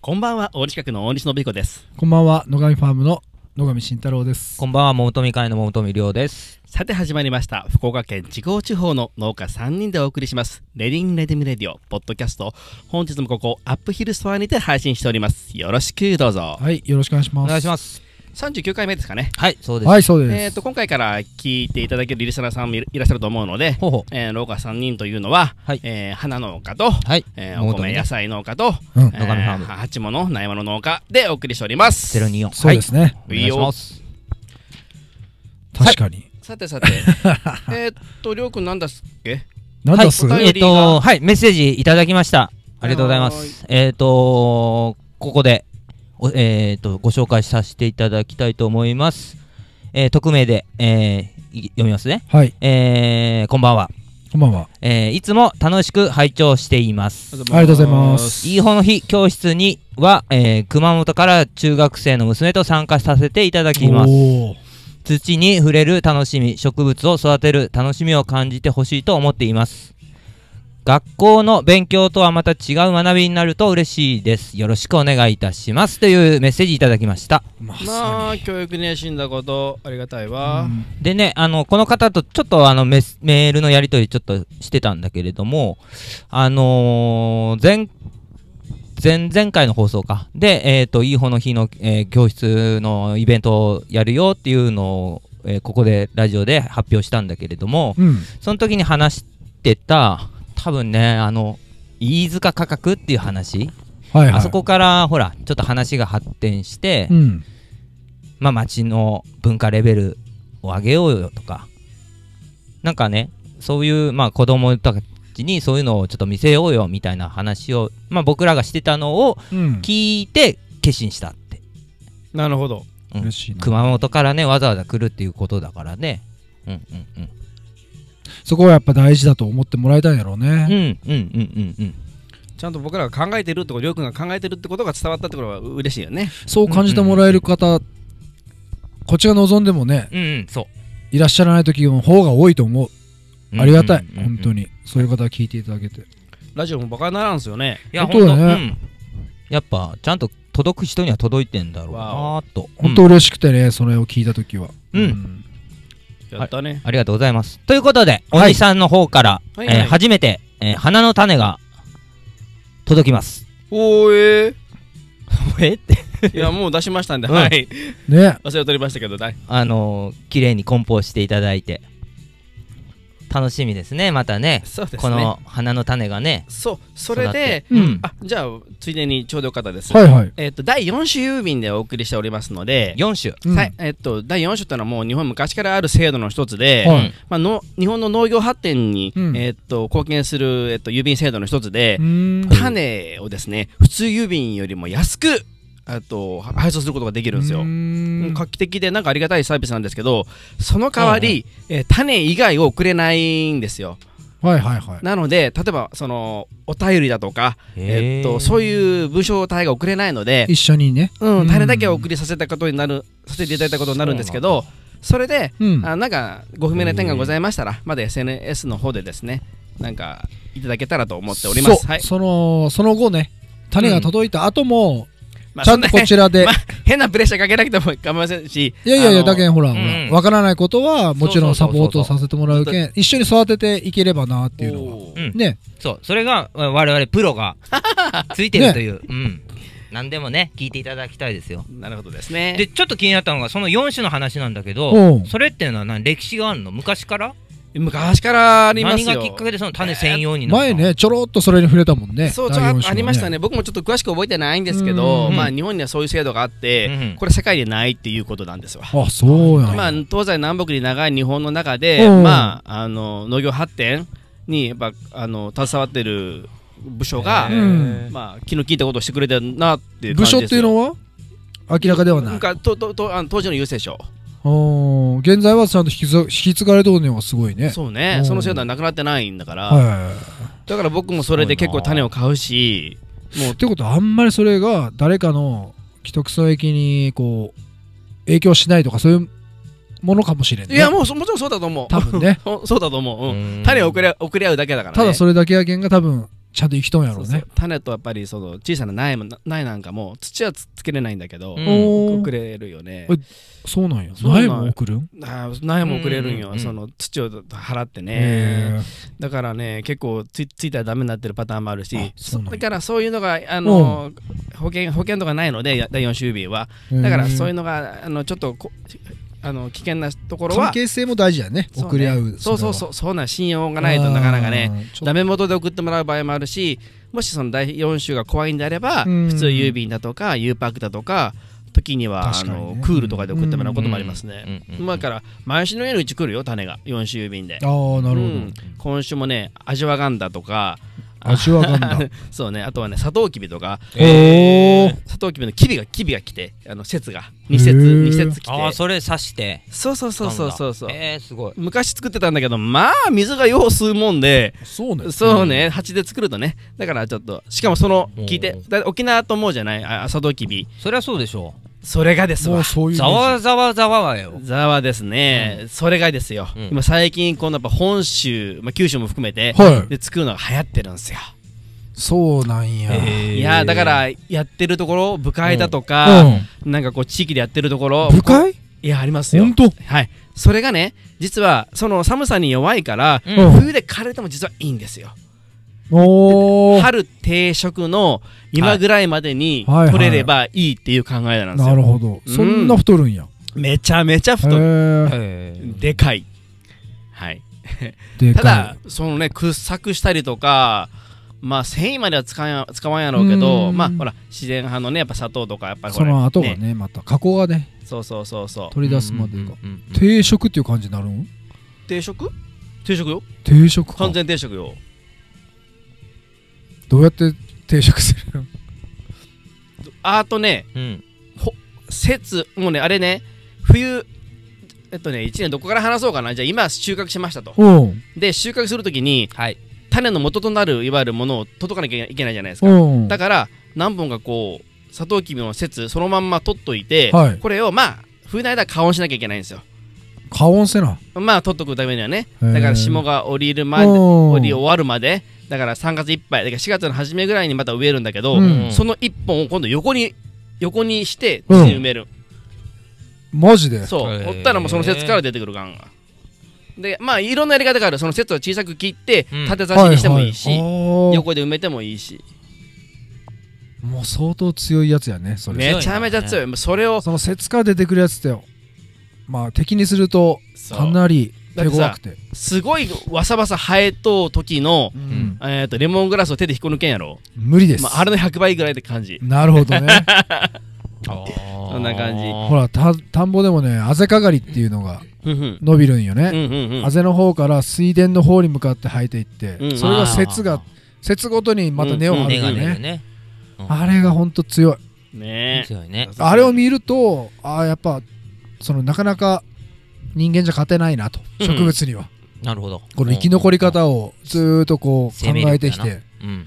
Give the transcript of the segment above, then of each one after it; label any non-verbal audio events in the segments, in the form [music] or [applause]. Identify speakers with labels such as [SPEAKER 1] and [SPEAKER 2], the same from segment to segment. [SPEAKER 1] こんばんは大西企画の大西信彦です
[SPEAKER 2] こんばんは野上ファームの野上慎太郎です
[SPEAKER 3] こんばんは、桃富会の桃富亮です。
[SPEAKER 1] さて始まりました福岡県地方地方の農家3人でお送りしますレディンレディムレディオポッドキャスト本日もここアップヒルストアにて配信しておりますよろしくどうぞ
[SPEAKER 2] はいよろしくお願いし
[SPEAKER 3] お
[SPEAKER 2] ます
[SPEAKER 3] 願いし
[SPEAKER 2] ま
[SPEAKER 3] ます。
[SPEAKER 1] 39回目ですかね
[SPEAKER 3] はい、そうです。
[SPEAKER 2] はいそうです、
[SPEAKER 1] えー、と今回から聞いていただけるリスナーさんもいらっしゃると思うので、
[SPEAKER 3] ほうほ
[SPEAKER 1] えー、農家3人というのは、
[SPEAKER 3] はい
[SPEAKER 1] えー花農家と、
[SPEAKER 3] う。はい。
[SPEAKER 1] えーお
[SPEAKER 3] 桃富
[SPEAKER 1] 米
[SPEAKER 3] ね
[SPEAKER 1] 野菜農家と、
[SPEAKER 2] うん
[SPEAKER 1] え
[SPEAKER 3] 野上ファーム
[SPEAKER 1] 八物苗場の農家でお送りしております
[SPEAKER 3] ゼロ二四。
[SPEAKER 2] そうですね、
[SPEAKER 3] はい。お願いします。
[SPEAKER 1] はい
[SPEAKER 2] 確かに、
[SPEAKER 1] さてさ
[SPEAKER 3] [laughs]
[SPEAKER 1] てえーっとりょうくんなんだっけ
[SPEAKER 2] なんだっす、
[SPEAKER 1] はお便
[SPEAKER 3] え
[SPEAKER 1] り
[SPEAKER 3] っと、はい、メッセージいただきました。ありがとうございます。えっと、ここで、おえっと、ご紹介させていただきたいと思います。えー匿名で、えーい読みますね。
[SPEAKER 2] はい
[SPEAKER 3] えーこんばんは。
[SPEAKER 2] こんばんは
[SPEAKER 3] えーいつも楽しく拝聴しています。
[SPEAKER 1] あり
[SPEAKER 2] ありがとうございます
[SPEAKER 3] いい方の日教室には、えー熊本から中学生の娘と参加させていただきます
[SPEAKER 2] おー
[SPEAKER 3] 土に触れる楽しみ植物を育てる楽しみを感じてほしいと思っています学校の勉強とはまた違う学びになると嬉しいですよろしくお願いいたしますというメッセージいただきました
[SPEAKER 2] ま
[SPEAKER 1] ま
[SPEAKER 2] さ
[SPEAKER 1] あ教育熱心だことありがたい
[SPEAKER 2] に、
[SPEAKER 1] わ、
[SPEAKER 2] うん
[SPEAKER 3] でねあのこの方とちょっとあのメスメールのやり取りちょっとしてたんだけれどもあのー前前々回の放送かで、えー、といい方の日の、えー教室のイベントをやるよっていうのを、えーここでラジオで発表したんだけれども
[SPEAKER 2] うん
[SPEAKER 3] その時に話してた多分ねあの飯塚価格っていう話、
[SPEAKER 2] はいはい
[SPEAKER 3] あそこからほらちょっと話が発展して、
[SPEAKER 2] うん
[SPEAKER 3] まあ、町の文化レベルを上げようよとかなんかねそういう、まあ、子供たちにそういうのをちょっと見せようよみたいな話を、まあ、僕らがしてたのを
[SPEAKER 2] うん
[SPEAKER 3] 聞いて決心したって
[SPEAKER 1] なるほど
[SPEAKER 3] うん
[SPEAKER 2] 嬉しいな
[SPEAKER 3] 熊本からねわざわざ来るっていうことだからねうんうんうん
[SPEAKER 2] そこはやっぱ大事だと思ってもらいたいんやろうね、
[SPEAKER 3] うんうんうんうんうん
[SPEAKER 1] ちゃんと僕らが考えてるってことりょうくんが考えてるってことが伝わったってことは嬉しいよね
[SPEAKER 2] そう感じてもらえる方、こっちが望んでもね
[SPEAKER 3] うんうんそう
[SPEAKER 2] いらっしゃらない時の方が多いと思う、
[SPEAKER 3] うん
[SPEAKER 2] ありがたい、
[SPEAKER 3] うんうんうん
[SPEAKER 2] 本当にそういう方は聞いていただけて
[SPEAKER 1] ラジオもバカにならんすよね
[SPEAKER 3] いや
[SPEAKER 2] 本
[SPEAKER 3] 本
[SPEAKER 2] 当
[SPEAKER 3] 当
[SPEAKER 2] だね
[SPEAKER 3] うんやっぱちゃんと届く人には届いてんだろうなーと
[SPEAKER 2] 本
[SPEAKER 3] う
[SPEAKER 2] 当
[SPEAKER 3] ん
[SPEAKER 2] 嬉しくてね、それを聞いた時は
[SPEAKER 3] うん
[SPEAKER 1] やったね
[SPEAKER 3] ありがとうございますということでおじさんの方から、
[SPEAKER 1] はい
[SPEAKER 3] えー
[SPEAKER 1] はい
[SPEAKER 3] 初めて、えー花の種が届きます
[SPEAKER 1] おーえ
[SPEAKER 3] えって
[SPEAKER 1] ー、いやもう出しましたんで、
[SPEAKER 3] うん
[SPEAKER 1] はい
[SPEAKER 2] ね
[SPEAKER 1] 忘れとりましたけどだい
[SPEAKER 3] あのー、綺麗に梱包していただいて楽しみですねまたね
[SPEAKER 1] そうですね
[SPEAKER 3] この花の種がね
[SPEAKER 1] そうそれで
[SPEAKER 3] 育ってうん
[SPEAKER 1] あじゃあついでにちょうどよかったです、
[SPEAKER 2] はいはい、
[SPEAKER 1] えっ、と第4種郵便でお送りしておりますので、
[SPEAKER 3] 4種
[SPEAKER 2] うん
[SPEAKER 1] はいえっ、と第4種ってのはもう日本昔からある制度の一つで、
[SPEAKER 2] はい
[SPEAKER 1] まあ、の日本の農業発展に、
[SPEAKER 2] うん
[SPEAKER 1] えっと貢献する、えっと郵便制度の一つで
[SPEAKER 2] う、ーん
[SPEAKER 1] 種をですね普通郵便よりも安くあとは配送することができるんですよ。
[SPEAKER 2] うーん
[SPEAKER 1] 画期的でなんかありがたいサービスなんですけどその代わり、えー種以外を送れないんですよ
[SPEAKER 2] はいはいはい。
[SPEAKER 1] なので例えばそのお便りだとか、えっとそう
[SPEAKER 3] う
[SPEAKER 1] いう文章体が送れないので、
[SPEAKER 2] 一緒にね。
[SPEAKER 1] うん、種だけ
[SPEAKER 2] うん
[SPEAKER 1] 送りさせたことになるさせていただいたことになるんですけどそれで
[SPEAKER 2] うん。
[SPEAKER 1] あなんかご不明な点がございましたら、まだ SNS の方でですね、なんかいただけたらと思っております。
[SPEAKER 2] そう
[SPEAKER 1] はい、
[SPEAKER 2] その、その後ね、種が届いた後も、
[SPEAKER 1] まあ
[SPEAKER 2] ちゃんと
[SPEAKER 1] そ
[SPEAKER 2] こ
[SPEAKER 1] な
[SPEAKER 2] ちらで、
[SPEAKER 1] まあ [laughs] 変なプレッシャーかけなくても構いませんし、
[SPEAKER 2] いやいやい
[SPEAKER 1] あ
[SPEAKER 2] や、
[SPEAKER 1] の
[SPEAKER 2] だけんほら、ほ
[SPEAKER 3] うん
[SPEAKER 2] らわからないことは、もちろん
[SPEAKER 3] そ
[SPEAKER 2] サ
[SPEAKER 3] うそう
[SPEAKER 2] ポ
[SPEAKER 3] そ
[SPEAKER 2] ー
[SPEAKER 3] うそ
[SPEAKER 2] ト
[SPEAKER 3] う
[SPEAKER 2] させてもらうけん、一緒に育てていければなっていうの
[SPEAKER 1] おー
[SPEAKER 3] うん
[SPEAKER 2] が。ね、
[SPEAKER 3] そうそれがわ我々プロがついて
[SPEAKER 2] ね
[SPEAKER 3] るという、うん何でもね聞いていただきたいですよ
[SPEAKER 1] なるほどですね。
[SPEAKER 3] でちょっと気になったのがその4種の話なんだけ
[SPEAKER 2] う
[SPEAKER 3] ど
[SPEAKER 2] ん
[SPEAKER 3] それっていうのは何歴史があるの昔から
[SPEAKER 1] 昔からあります
[SPEAKER 3] 何
[SPEAKER 1] よ。
[SPEAKER 3] がきっかけでその種専用になった
[SPEAKER 2] 前
[SPEAKER 3] の
[SPEAKER 2] ね、ちょろっとそれに触れたもんね。
[SPEAKER 1] そうちょ
[SPEAKER 2] 第四
[SPEAKER 1] ありました
[SPEAKER 2] 章ね。
[SPEAKER 1] ね、僕もちょっと詳しく覚えてないんですけど、
[SPEAKER 2] うん
[SPEAKER 1] まあ、日本にはそういう制度があって、
[SPEAKER 3] うん
[SPEAKER 1] これ、世界でないっていうことなんですわ。
[SPEAKER 2] あ、そうやん。
[SPEAKER 1] まあ、東西南北に長い日本の中で、
[SPEAKER 2] うん
[SPEAKER 1] まあ、あの農業発展にやっぱあの携わってる部署が、
[SPEAKER 2] へー
[SPEAKER 1] まあ、気の利いたことをしてくれてるなっていう感
[SPEAKER 2] 部
[SPEAKER 1] じ
[SPEAKER 2] 署っ
[SPEAKER 1] で
[SPEAKER 2] て
[SPEAKER 1] す
[SPEAKER 2] いう
[SPEAKER 1] よ
[SPEAKER 2] のは明らかではない。
[SPEAKER 1] かとととあの当時の郵政省、
[SPEAKER 2] おー現在はちゃんと引き継引き継がれとるのがすごいね。
[SPEAKER 1] そう
[SPEAKER 2] う
[SPEAKER 1] ね
[SPEAKER 2] ん
[SPEAKER 1] その制度はなくなってないんだから、
[SPEAKER 2] はい。
[SPEAKER 1] だから僕もそれで結構種を買うしもう
[SPEAKER 2] ってことはあんまりそれが誰かの既得損益にこう影響しないとかそういうものかもしれない、
[SPEAKER 1] いやもうそもちろん [laughs] そうだと思う
[SPEAKER 2] 多分ね
[SPEAKER 1] そうそうだと思う、うん
[SPEAKER 3] うん
[SPEAKER 1] 種を送り合う送り合うだけだから、ね、
[SPEAKER 2] ただそれだけやけんが多分ちゃんと生きとんや
[SPEAKER 1] そ
[SPEAKER 2] ろ
[SPEAKER 1] う
[SPEAKER 2] う
[SPEAKER 1] そう
[SPEAKER 2] ね
[SPEAKER 1] 種とやっぱりその小さな苗も苗なんかも土はつつけれないんだけど、
[SPEAKER 3] うん
[SPEAKER 2] お
[SPEAKER 1] く
[SPEAKER 2] ー
[SPEAKER 1] れるよね
[SPEAKER 2] えそうなんや
[SPEAKER 1] そうなん
[SPEAKER 2] 苗
[SPEAKER 1] や
[SPEAKER 2] も送るん
[SPEAKER 1] あー苗もくれるんよ、
[SPEAKER 3] うん
[SPEAKER 1] その土を払ってね
[SPEAKER 2] へ
[SPEAKER 1] だからね結構つついたらダメになってるパターンもあるし
[SPEAKER 2] あそうなん
[SPEAKER 1] だ
[SPEAKER 2] や
[SPEAKER 1] からそういうのがあの保険保険とかないのでや第4週日は
[SPEAKER 2] え
[SPEAKER 1] だからそういう
[SPEAKER 2] の
[SPEAKER 1] のがあのちょっとこあの危険なところは
[SPEAKER 4] 関係性も大事だよね
[SPEAKER 1] そうね
[SPEAKER 4] 送り合う
[SPEAKER 1] そうそうそうそうなん信用がないとなかなかね
[SPEAKER 4] ね
[SPEAKER 1] ダメ元で送ってもらう場合もあるしもしその第4週が怖いんであれば
[SPEAKER 4] うん
[SPEAKER 1] 普通郵便だとか U パークだとか時にはあ
[SPEAKER 4] 確かにね
[SPEAKER 1] のクールとかで送ってもらうこともありますね。
[SPEAKER 3] うんうんうん
[SPEAKER 1] まあだから毎週のようにうち来るよ種が4週郵便で
[SPEAKER 2] ああーなるほど、
[SPEAKER 1] うん今週もねアジワガンダとか
[SPEAKER 2] 味わか
[SPEAKER 1] [laughs]
[SPEAKER 2] んだ
[SPEAKER 1] そうねあとはねサトウキビとか
[SPEAKER 2] おー
[SPEAKER 1] サトウキビのキビがキビが来てあの節が2節
[SPEAKER 2] へー
[SPEAKER 1] 二節来
[SPEAKER 3] ああ
[SPEAKER 1] て
[SPEAKER 3] それ刺して
[SPEAKER 1] そうそうそうそうそうそう
[SPEAKER 3] えー、すごい
[SPEAKER 1] 昔作ってたんだけどまあ水がよう吸うもんで
[SPEAKER 2] そうね
[SPEAKER 1] そうね蜂で作るとねだからちょっとしかもその
[SPEAKER 3] うん
[SPEAKER 1] 聞いてだ沖縄と思うじゃないあサトウキビ
[SPEAKER 3] そりゃそうでしょ
[SPEAKER 1] それがです
[SPEAKER 2] も
[SPEAKER 1] わ
[SPEAKER 2] うそういうイメ
[SPEAKER 3] ざ
[SPEAKER 2] ージ
[SPEAKER 3] わざわざわわよ
[SPEAKER 1] ざわですね、それがですよ、
[SPEAKER 3] うん
[SPEAKER 1] 今最近このやっぱ本州、まあ、九州も含めて
[SPEAKER 2] は
[SPEAKER 1] で作るのが流行ってるんですよ
[SPEAKER 2] いそうなんや、
[SPEAKER 1] いやーだからやってるところ部会だとか、
[SPEAKER 2] う
[SPEAKER 1] なんかこう地域でやってるところ
[SPEAKER 2] ん、部会
[SPEAKER 1] いやありますよ
[SPEAKER 2] 本当
[SPEAKER 1] はいそれがね実はその寒さに弱いから、
[SPEAKER 3] うん
[SPEAKER 1] 冬で枯れても実はいいんですよ
[SPEAKER 2] おー
[SPEAKER 1] 春定食の今ぐらいまでに
[SPEAKER 2] はいはいはい
[SPEAKER 1] 取れればいいっていう考えなんですよ、
[SPEAKER 2] なるほど、
[SPEAKER 1] うん
[SPEAKER 2] そんな太るんや
[SPEAKER 1] めちゃめちゃ
[SPEAKER 2] へ
[SPEAKER 1] 太る
[SPEAKER 2] ー
[SPEAKER 1] でかいはい
[SPEAKER 2] でか
[SPEAKER 1] た
[SPEAKER 2] い
[SPEAKER 1] だそのね掘削したりとかまあ繊維までは使わんや使わんやろうけど
[SPEAKER 2] うん
[SPEAKER 1] まあほら自然派のねやっぱ砂糖とかやっぱりこ
[SPEAKER 2] そ
[SPEAKER 1] れ
[SPEAKER 2] の後がねまた加工がね
[SPEAKER 1] そうそうそうそう
[SPEAKER 2] 取り出すまでが、
[SPEAKER 3] うんうんうん
[SPEAKER 2] 定食っていう感じになるん
[SPEAKER 1] 定食定食よ
[SPEAKER 2] 定食か
[SPEAKER 1] 完全定食よ
[SPEAKER 2] どうやって定食するの
[SPEAKER 1] あとね
[SPEAKER 3] うん
[SPEAKER 1] 節もうねあれね冬えっとね1年どこから話そうかなじゃあ今収穫しましたと
[SPEAKER 2] うん
[SPEAKER 1] で収穫するときに
[SPEAKER 3] はい
[SPEAKER 1] 種の元となるいわゆるものを届かなきゃいけないじゃないですか、
[SPEAKER 2] うん
[SPEAKER 1] だから何本かこうサトウキビの節そのまんま取っといて、
[SPEAKER 2] はい
[SPEAKER 1] これをまあ冬の間加温しなきゃいけないんですよ
[SPEAKER 2] 加温せな
[SPEAKER 1] まあ取っとくためにはね
[SPEAKER 2] へー
[SPEAKER 1] だから霜が降りるまで降
[SPEAKER 2] お
[SPEAKER 1] り終わるまでだから3月いっぱいだから4月の初めぐらいにまた植えるんだけど、
[SPEAKER 2] うん
[SPEAKER 1] その1本を今度横に横にして土
[SPEAKER 2] うん
[SPEAKER 1] に埋める、
[SPEAKER 2] マジで
[SPEAKER 1] そう
[SPEAKER 3] へー
[SPEAKER 1] 折ったらもうその節から出てくるがんがでまあいろんなやり方があるその節を小さく切って
[SPEAKER 3] うん
[SPEAKER 1] 縦刺しにしてもいいし、
[SPEAKER 2] ははあー
[SPEAKER 1] 横で埋めてもいいし
[SPEAKER 2] もう相当強いやつやねそれ、
[SPEAKER 1] めちゃめちゃ強いもうそれを
[SPEAKER 2] その節から出てくるやつだよまあ敵にすると
[SPEAKER 1] そう
[SPEAKER 2] かなり手強くて
[SPEAKER 1] すごいわさわさ生えとう時の、
[SPEAKER 2] うん
[SPEAKER 1] えー、とレモングラスを手で引っこ抜けんやろ、
[SPEAKER 2] 無理です、
[SPEAKER 1] まあ、あれの100倍ぐらいって感じ
[SPEAKER 2] なるほどね
[SPEAKER 3] そ
[SPEAKER 1] んな感じ
[SPEAKER 2] ほらた田んぼでもねあぜかがりっていうのが
[SPEAKER 1] うんうん
[SPEAKER 2] 伸びるんよ
[SPEAKER 1] うん
[SPEAKER 2] ね、
[SPEAKER 1] うん
[SPEAKER 2] あぜの方から水田の方に向かって生えていって、
[SPEAKER 1] うん
[SPEAKER 2] それが節が節ごとにまた根を張る
[SPEAKER 3] 根
[SPEAKER 2] よ
[SPEAKER 3] が
[SPEAKER 2] ね、
[SPEAKER 3] 出るね
[SPEAKER 2] あれがほんと強い
[SPEAKER 1] うんね
[SPEAKER 3] 強いね
[SPEAKER 2] あれを見るとああやっぱそのなかなか人間じゃ勝てないなと
[SPEAKER 1] うん
[SPEAKER 2] 植物には、
[SPEAKER 3] なるほど
[SPEAKER 2] この生き残り方をずーっとこう考
[SPEAKER 3] 生命力
[SPEAKER 2] えてき
[SPEAKER 3] や
[SPEAKER 2] て
[SPEAKER 3] うん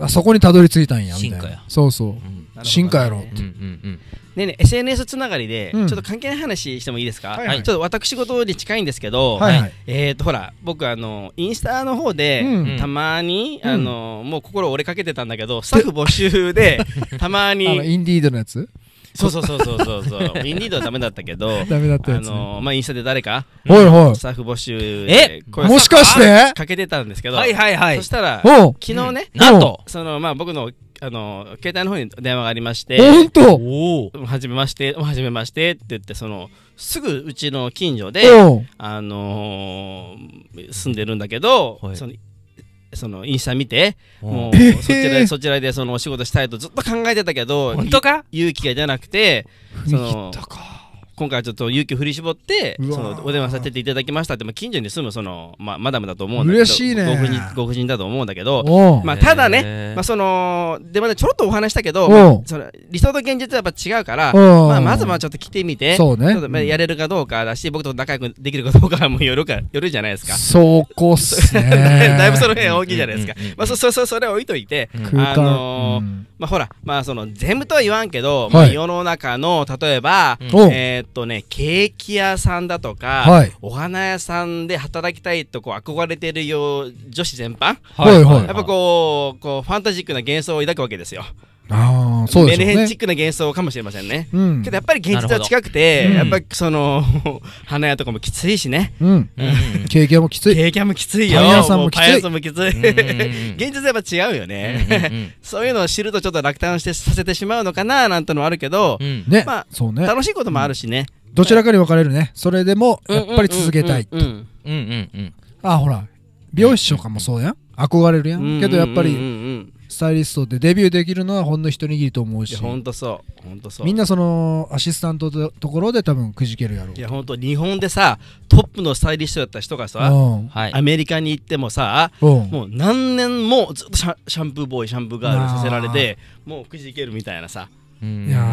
[SPEAKER 2] あそこにたどり着いたんやみたい
[SPEAKER 3] 進化や
[SPEAKER 2] なそうそう
[SPEAKER 3] うん
[SPEAKER 1] なるほどね
[SPEAKER 2] 進化やろ
[SPEAKER 3] うんうん
[SPEAKER 1] ねえねえ SNS つながりで、
[SPEAKER 2] うん
[SPEAKER 1] ちょっと関係ない話してもいいですか、
[SPEAKER 2] はい
[SPEAKER 3] はい
[SPEAKER 1] ちょっと私事に近いんですけど、
[SPEAKER 2] はいはい
[SPEAKER 1] えっ、とほら僕あのインスタの方で、
[SPEAKER 2] うん
[SPEAKER 3] うん
[SPEAKER 1] たまに、
[SPEAKER 2] うん
[SPEAKER 1] あのもう心折れかけてたんだけどスタッフ募集で
[SPEAKER 2] [laughs]
[SPEAKER 1] たま
[SPEAKER 2] あの
[SPEAKER 1] に
[SPEAKER 2] インディードのやつ
[SPEAKER 1] そうそうそうそうそうそうインディードはダメだったけどあ
[SPEAKER 2] ダメだったやつね
[SPEAKER 1] のまあインスタで誰か
[SPEAKER 2] おいお
[SPEAKER 1] スタッフ募集
[SPEAKER 3] え
[SPEAKER 1] で声
[SPEAKER 2] い
[SPEAKER 1] を
[SPEAKER 2] もしかして
[SPEAKER 1] かけてたんですけど、
[SPEAKER 3] はいはいはい
[SPEAKER 1] そしたら昨
[SPEAKER 2] おう
[SPEAKER 1] 日ね、
[SPEAKER 3] なんと
[SPEAKER 1] そのまあ僕のあの携帯の方に電話がありまして
[SPEAKER 2] ほんと
[SPEAKER 3] おお
[SPEAKER 1] はじめまして、はじめましてって言って、そのすぐうちの近所で、
[SPEAKER 2] おう
[SPEAKER 1] あのー住んでるんだけど、
[SPEAKER 3] はい
[SPEAKER 1] そのそのインスタ見て、も
[SPEAKER 3] う
[SPEAKER 1] う
[SPEAKER 2] えー
[SPEAKER 1] そちらでそちらでそのお仕事したいとずっと考えてたけど、
[SPEAKER 3] 本当か
[SPEAKER 1] ゆ勇気が出なくて、そ
[SPEAKER 2] 踏み切
[SPEAKER 1] の
[SPEAKER 2] ったか
[SPEAKER 1] 今回はちょっと勇気を振り絞って、そ
[SPEAKER 2] うわー
[SPEAKER 1] のお電話させていただきましたって、まあ、近所に住むその、まあ、マダムだと思うんだけど、
[SPEAKER 2] 嬉しいね
[SPEAKER 1] ご婦人ご婦人だと思うんだけど、
[SPEAKER 2] おう
[SPEAKER 1] まあ、ただね
[SPEAKER 3] へ、ー
[SPEAKER 1] まあ、その電話でちょろっとお話したけど、
[SPEAKER 2] おう
[SPEAKER 1] その理想と現実はやっぱ違うから、
[SPEAKER 2] おう
[SPEAKER 1] まあ、まずまあちょっと来てみて、
[SPEAKER 2] そうね
[SPEAKER 1] ちょっとまあやれるかどうかだし、僕と仲良くできるかどうかもよるかよるじゃないですか。
[SPEAKER 2] そこっすね
[SPEAKER 1] [laughs] だいぶその辺大きいじゃないですか
[SPEAKER 3] うんうんうんうん。
[SPEAKER 1] まあ、そそそそれ置いといて、
[SPEAKER 2] 空間、
[SPEAKER 1] あのー
[SPEAKER 2] うん
[SPEAKER 1] まあ、ほら、まあ、その全部とは言わんけど、
[SPEAKER 2] はい
[SPEAKER 1] まあ世の中の例えば、
[SPEAKER 3] うん
[SPEAKER 2] おう
[SPEAKER 1] えーーっとねケーキ屋さんだとか、
[SPEAKER 2] はい
[SPEAKER 1] お花屋さんで働きたいとこう憧れてるよう女子全般
[SPEAKER 2] はいは
[SPEAKER 1] や
[SPEAKER 2] い
[SPEAKER 1] っぱこうこうファンタジックな幻想を抱くわけですよ、
[SPEAKER 2] ああそうで
[SPEAKER 1] メ
[SPEAKER 2] す
[SPEAKER 1] ル
[SPEAKER 2] よ
[SPEAKER 1] ヘンチ
[SPEAKER 2] ね
[SPEAKER 1] ックな幻想かもしれませんね、
[SPEAKER 2] うん
[SPEAKER 1] けどやっぱり現実は近くて、
[SPEAKER 3] なる
[SPEAKER 1] や
[SPEAKER 3] ほ
[SPEAKER 1] っ
[SPEAKER 3] ど
[SPEAKER 1] ぱりその [laughs] 花屋とかもきついしね
[SPEAKER 2] うん
[SPEAKER 3] うんうんうん
[SPEAKER 2] 経験もきつい
[SPEAKER 1] ケーキ屋もきついよ
[SPEAKER 2] パン屋さんもきつい
[SPEAKER 1] パン屋さんもきつい
[SPEAKER 3] うん
[SPEAKER 1] [laughs] 現実はやっぱ違うよね、
[SPEAKER 3] ね
[SPEAKER 1] そういうのを知るとちょっと落胆してさせてしまうのかななんてのもあるけど、
[SPEAKER 2] ね
[SPEAKER 1] まあ
[SPEAKER 2] そうね
[SPEAKER 1] 楽しいこともあるしね、
[SPEAKER 2] どちらかに分かれるねそれでもやっぱり続けたい
[SPEAKER 1] うんうん
[SPEAKER 3] うんうんうん
[SPEAKER 2] あほら美容師とかもそうやん憧れるや
[SPEAKER 1] うんうん
[SPEAKER 2] んけどやっぱ
[SPEAKER 1] うんうん
[SPEAKER 2] り
[SPEAKER 1] うん
[SPEAKER 2] スタイリストでデビューできるのはほんの一握りと思う
[SPEAKER 1] い
[SPEAKER 2] し
[SPEAKER 1] やほんとそうほんとそう
[SPEAKER 2] みんなそのアシスタントのところで多分くじけるやろう
[SPEAKER 1] いやほんと日本でさトップのスタイリストだった人がさ
[SPEAKER 2] うん
[SPEAKER 3] はい
[SPEAKER 1] アメリカに行ってもさ
[SPEAKER 2] うん
[SPEAKER 1] もう何年もずっとシャシャンプーボーイシャンプーガールさせられてもうくじけるみたいなさ
[SPEAKER 2] いや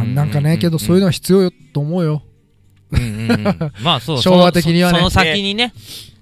[SPEAKER 2] ーなんかねけどそういうのは必要よと思うよ
[SPEAKER 3] うんうんうんまあそ
[SPEAKER 2] [laughs]
[SPEAKER 3] う
[SPEAKER 2] 昭和的にはね
[SPEAKER 3] そのその先にね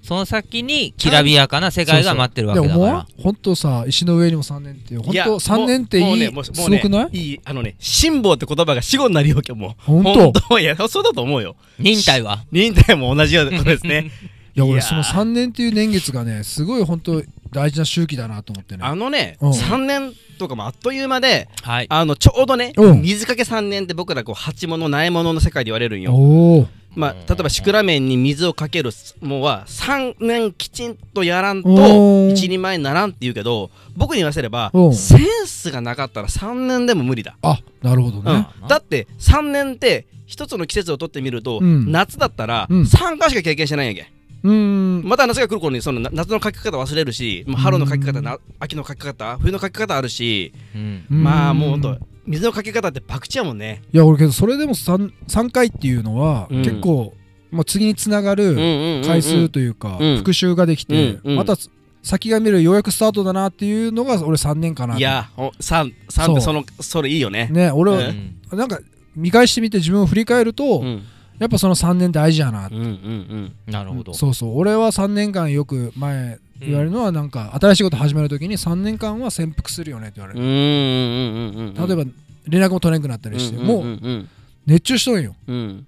[SPEAKER 3] その先にきらびやかな世界が待ってるわ
[SPEAKER 2] で
[SPEAKER 3] け
[SPEAKER 2] も
[SPEAKER 3] だ
[SPEAKER 2] も
[SPEAKER 3] から
[SPEAKER 2] うほんとさ石の上にも3年っていうほん
[SPEAKER 1] いや
[SPEAKER 2] と3年ってい
[SPEAKER 1] もう
[SPEAKER 2] い
[SPEAKER 1] もう
[SPEAKER 2] す
[SPEAKER 1] ねもうもう
[SPEAKER 2] ご
[SPEAKER 1] ね
[SPEAKER 2] くない
[SPEAKER 1] いいあのね辛抱って言葉が死語になるよけもう
[SPEAKER 2] ほんと
[SPEAKER 1] ほんといやそうだと思うよ
[SPEAKER 3] 忍耐は
[SPEAKER 1] 忍耐も同じようなことですね
[SPEAKER 2] いや
[SPEAKER 1] い
[SPEAKER 2] 俺
[SPEAKER 1] や
[SPEAKER 2] その3年っていう年月がねすごい本当大事な周期だなと思ってね
[SPEAKER 1] あのね
[SPEAKER 2] うん
[SPEAKER 1] 3年とかもあっという間で
[SPEAKER 3] はい
[SPEAKER 1] あのちょうどね
[SPEAKER 2] うん
[SPEAKER 1] 水かけ3年って僕らこう鉢物苗物の世界で言われるんよ
[SPEAKER 2] おお
[SPEAKER 1] まあ、例えばシクラメンに水をかけるもは3年きちんとやらん
[SPEAKER 2] お
[SPEAKER 1] と
[SPEAKER 2] ー
[SPEAKER 1] 一人前にならんって言うけど僕に言わせれば
[SPEAKER 2] うん
[SPEAKER 1] センスがなかったら3年でも無理だ、
[SPEAKER 2] あなるほど
[SPEAKER 1] う
[SPEAKER 2] ね
[SPEAKER 1] ん、だって3年って一つの季節をとってみると、
[SPEAKER 2] うん
[SPEAKER 1] 夏だったら
[SPEAKER 2] うん
[SPEAKER 1] 3回しか経験してないんやけ、
[SPEAKER 2] うーん
[SPEAKER 1] また夏が来る頃にそのな夏の書き方忘れるしまあ春の書き方な秋の書き方冬の書き方あるし、
[SPEAKER 3] うん
[SPEAKER 1] まあもうほん
[SPEAKER 2] う
[SPEAKER 1] と
[SPEAKER 2] ん
[SPEAKER 1] 水のかけ方って博打やもんね、
[SPEAKER 2] いや俺けどそれでも 3, 三回っていうのは
[SPEAKER 1] うん
[SPEAKER 2] 結構、まあ、次につなが
[SPEAKER 1] うん
[SPEAKER 2] る
[SPEAKER 1] うんうんうん
[SPEAKER 2] 回数というか、
[SPEAKER 1] うん
[SPEAKER 2] 復習ができて、
[SPEAKER 1] うんうん
[SPEAKER 2] また先が見るようやくスタートだなっていうのが俺3年かなと
[SPEAKER 1] いやほん三三って
[SPEAKER 2] そ
[SPEAKER 1] そのそれいいよね
[SPEAKER 2] ね俺
[SPEAKER 3] う
[SPEAKER 2] は、
[SPEAKER 1] うん
[SPEAKER 3] ん
[SPEAKER 2] なんか見返してみて自分を振り返ると、
[SPEAKER 1] うん
[SPEAKER 2] やっぱその3年大事やな
[SPEAKER 1] うんうんうん
[SPEAKER 3] なるほど
[SPEAKER 2] そうそう俺は3年間よく前言われるのはなんか新しいこと始めるときに3年間は潜伏するよねって言われ
[SPEAKER 1] う
[SPEAKER 2] る、
[SPEAKER 1] んうんうんうん
[SPEAKER 2] 例えば連絡も取れなくなったりして、
[SPEAKER 1] もう
[SPEAKER 2] もうん熱中しとんよ
[SPEAKER 1] うんうん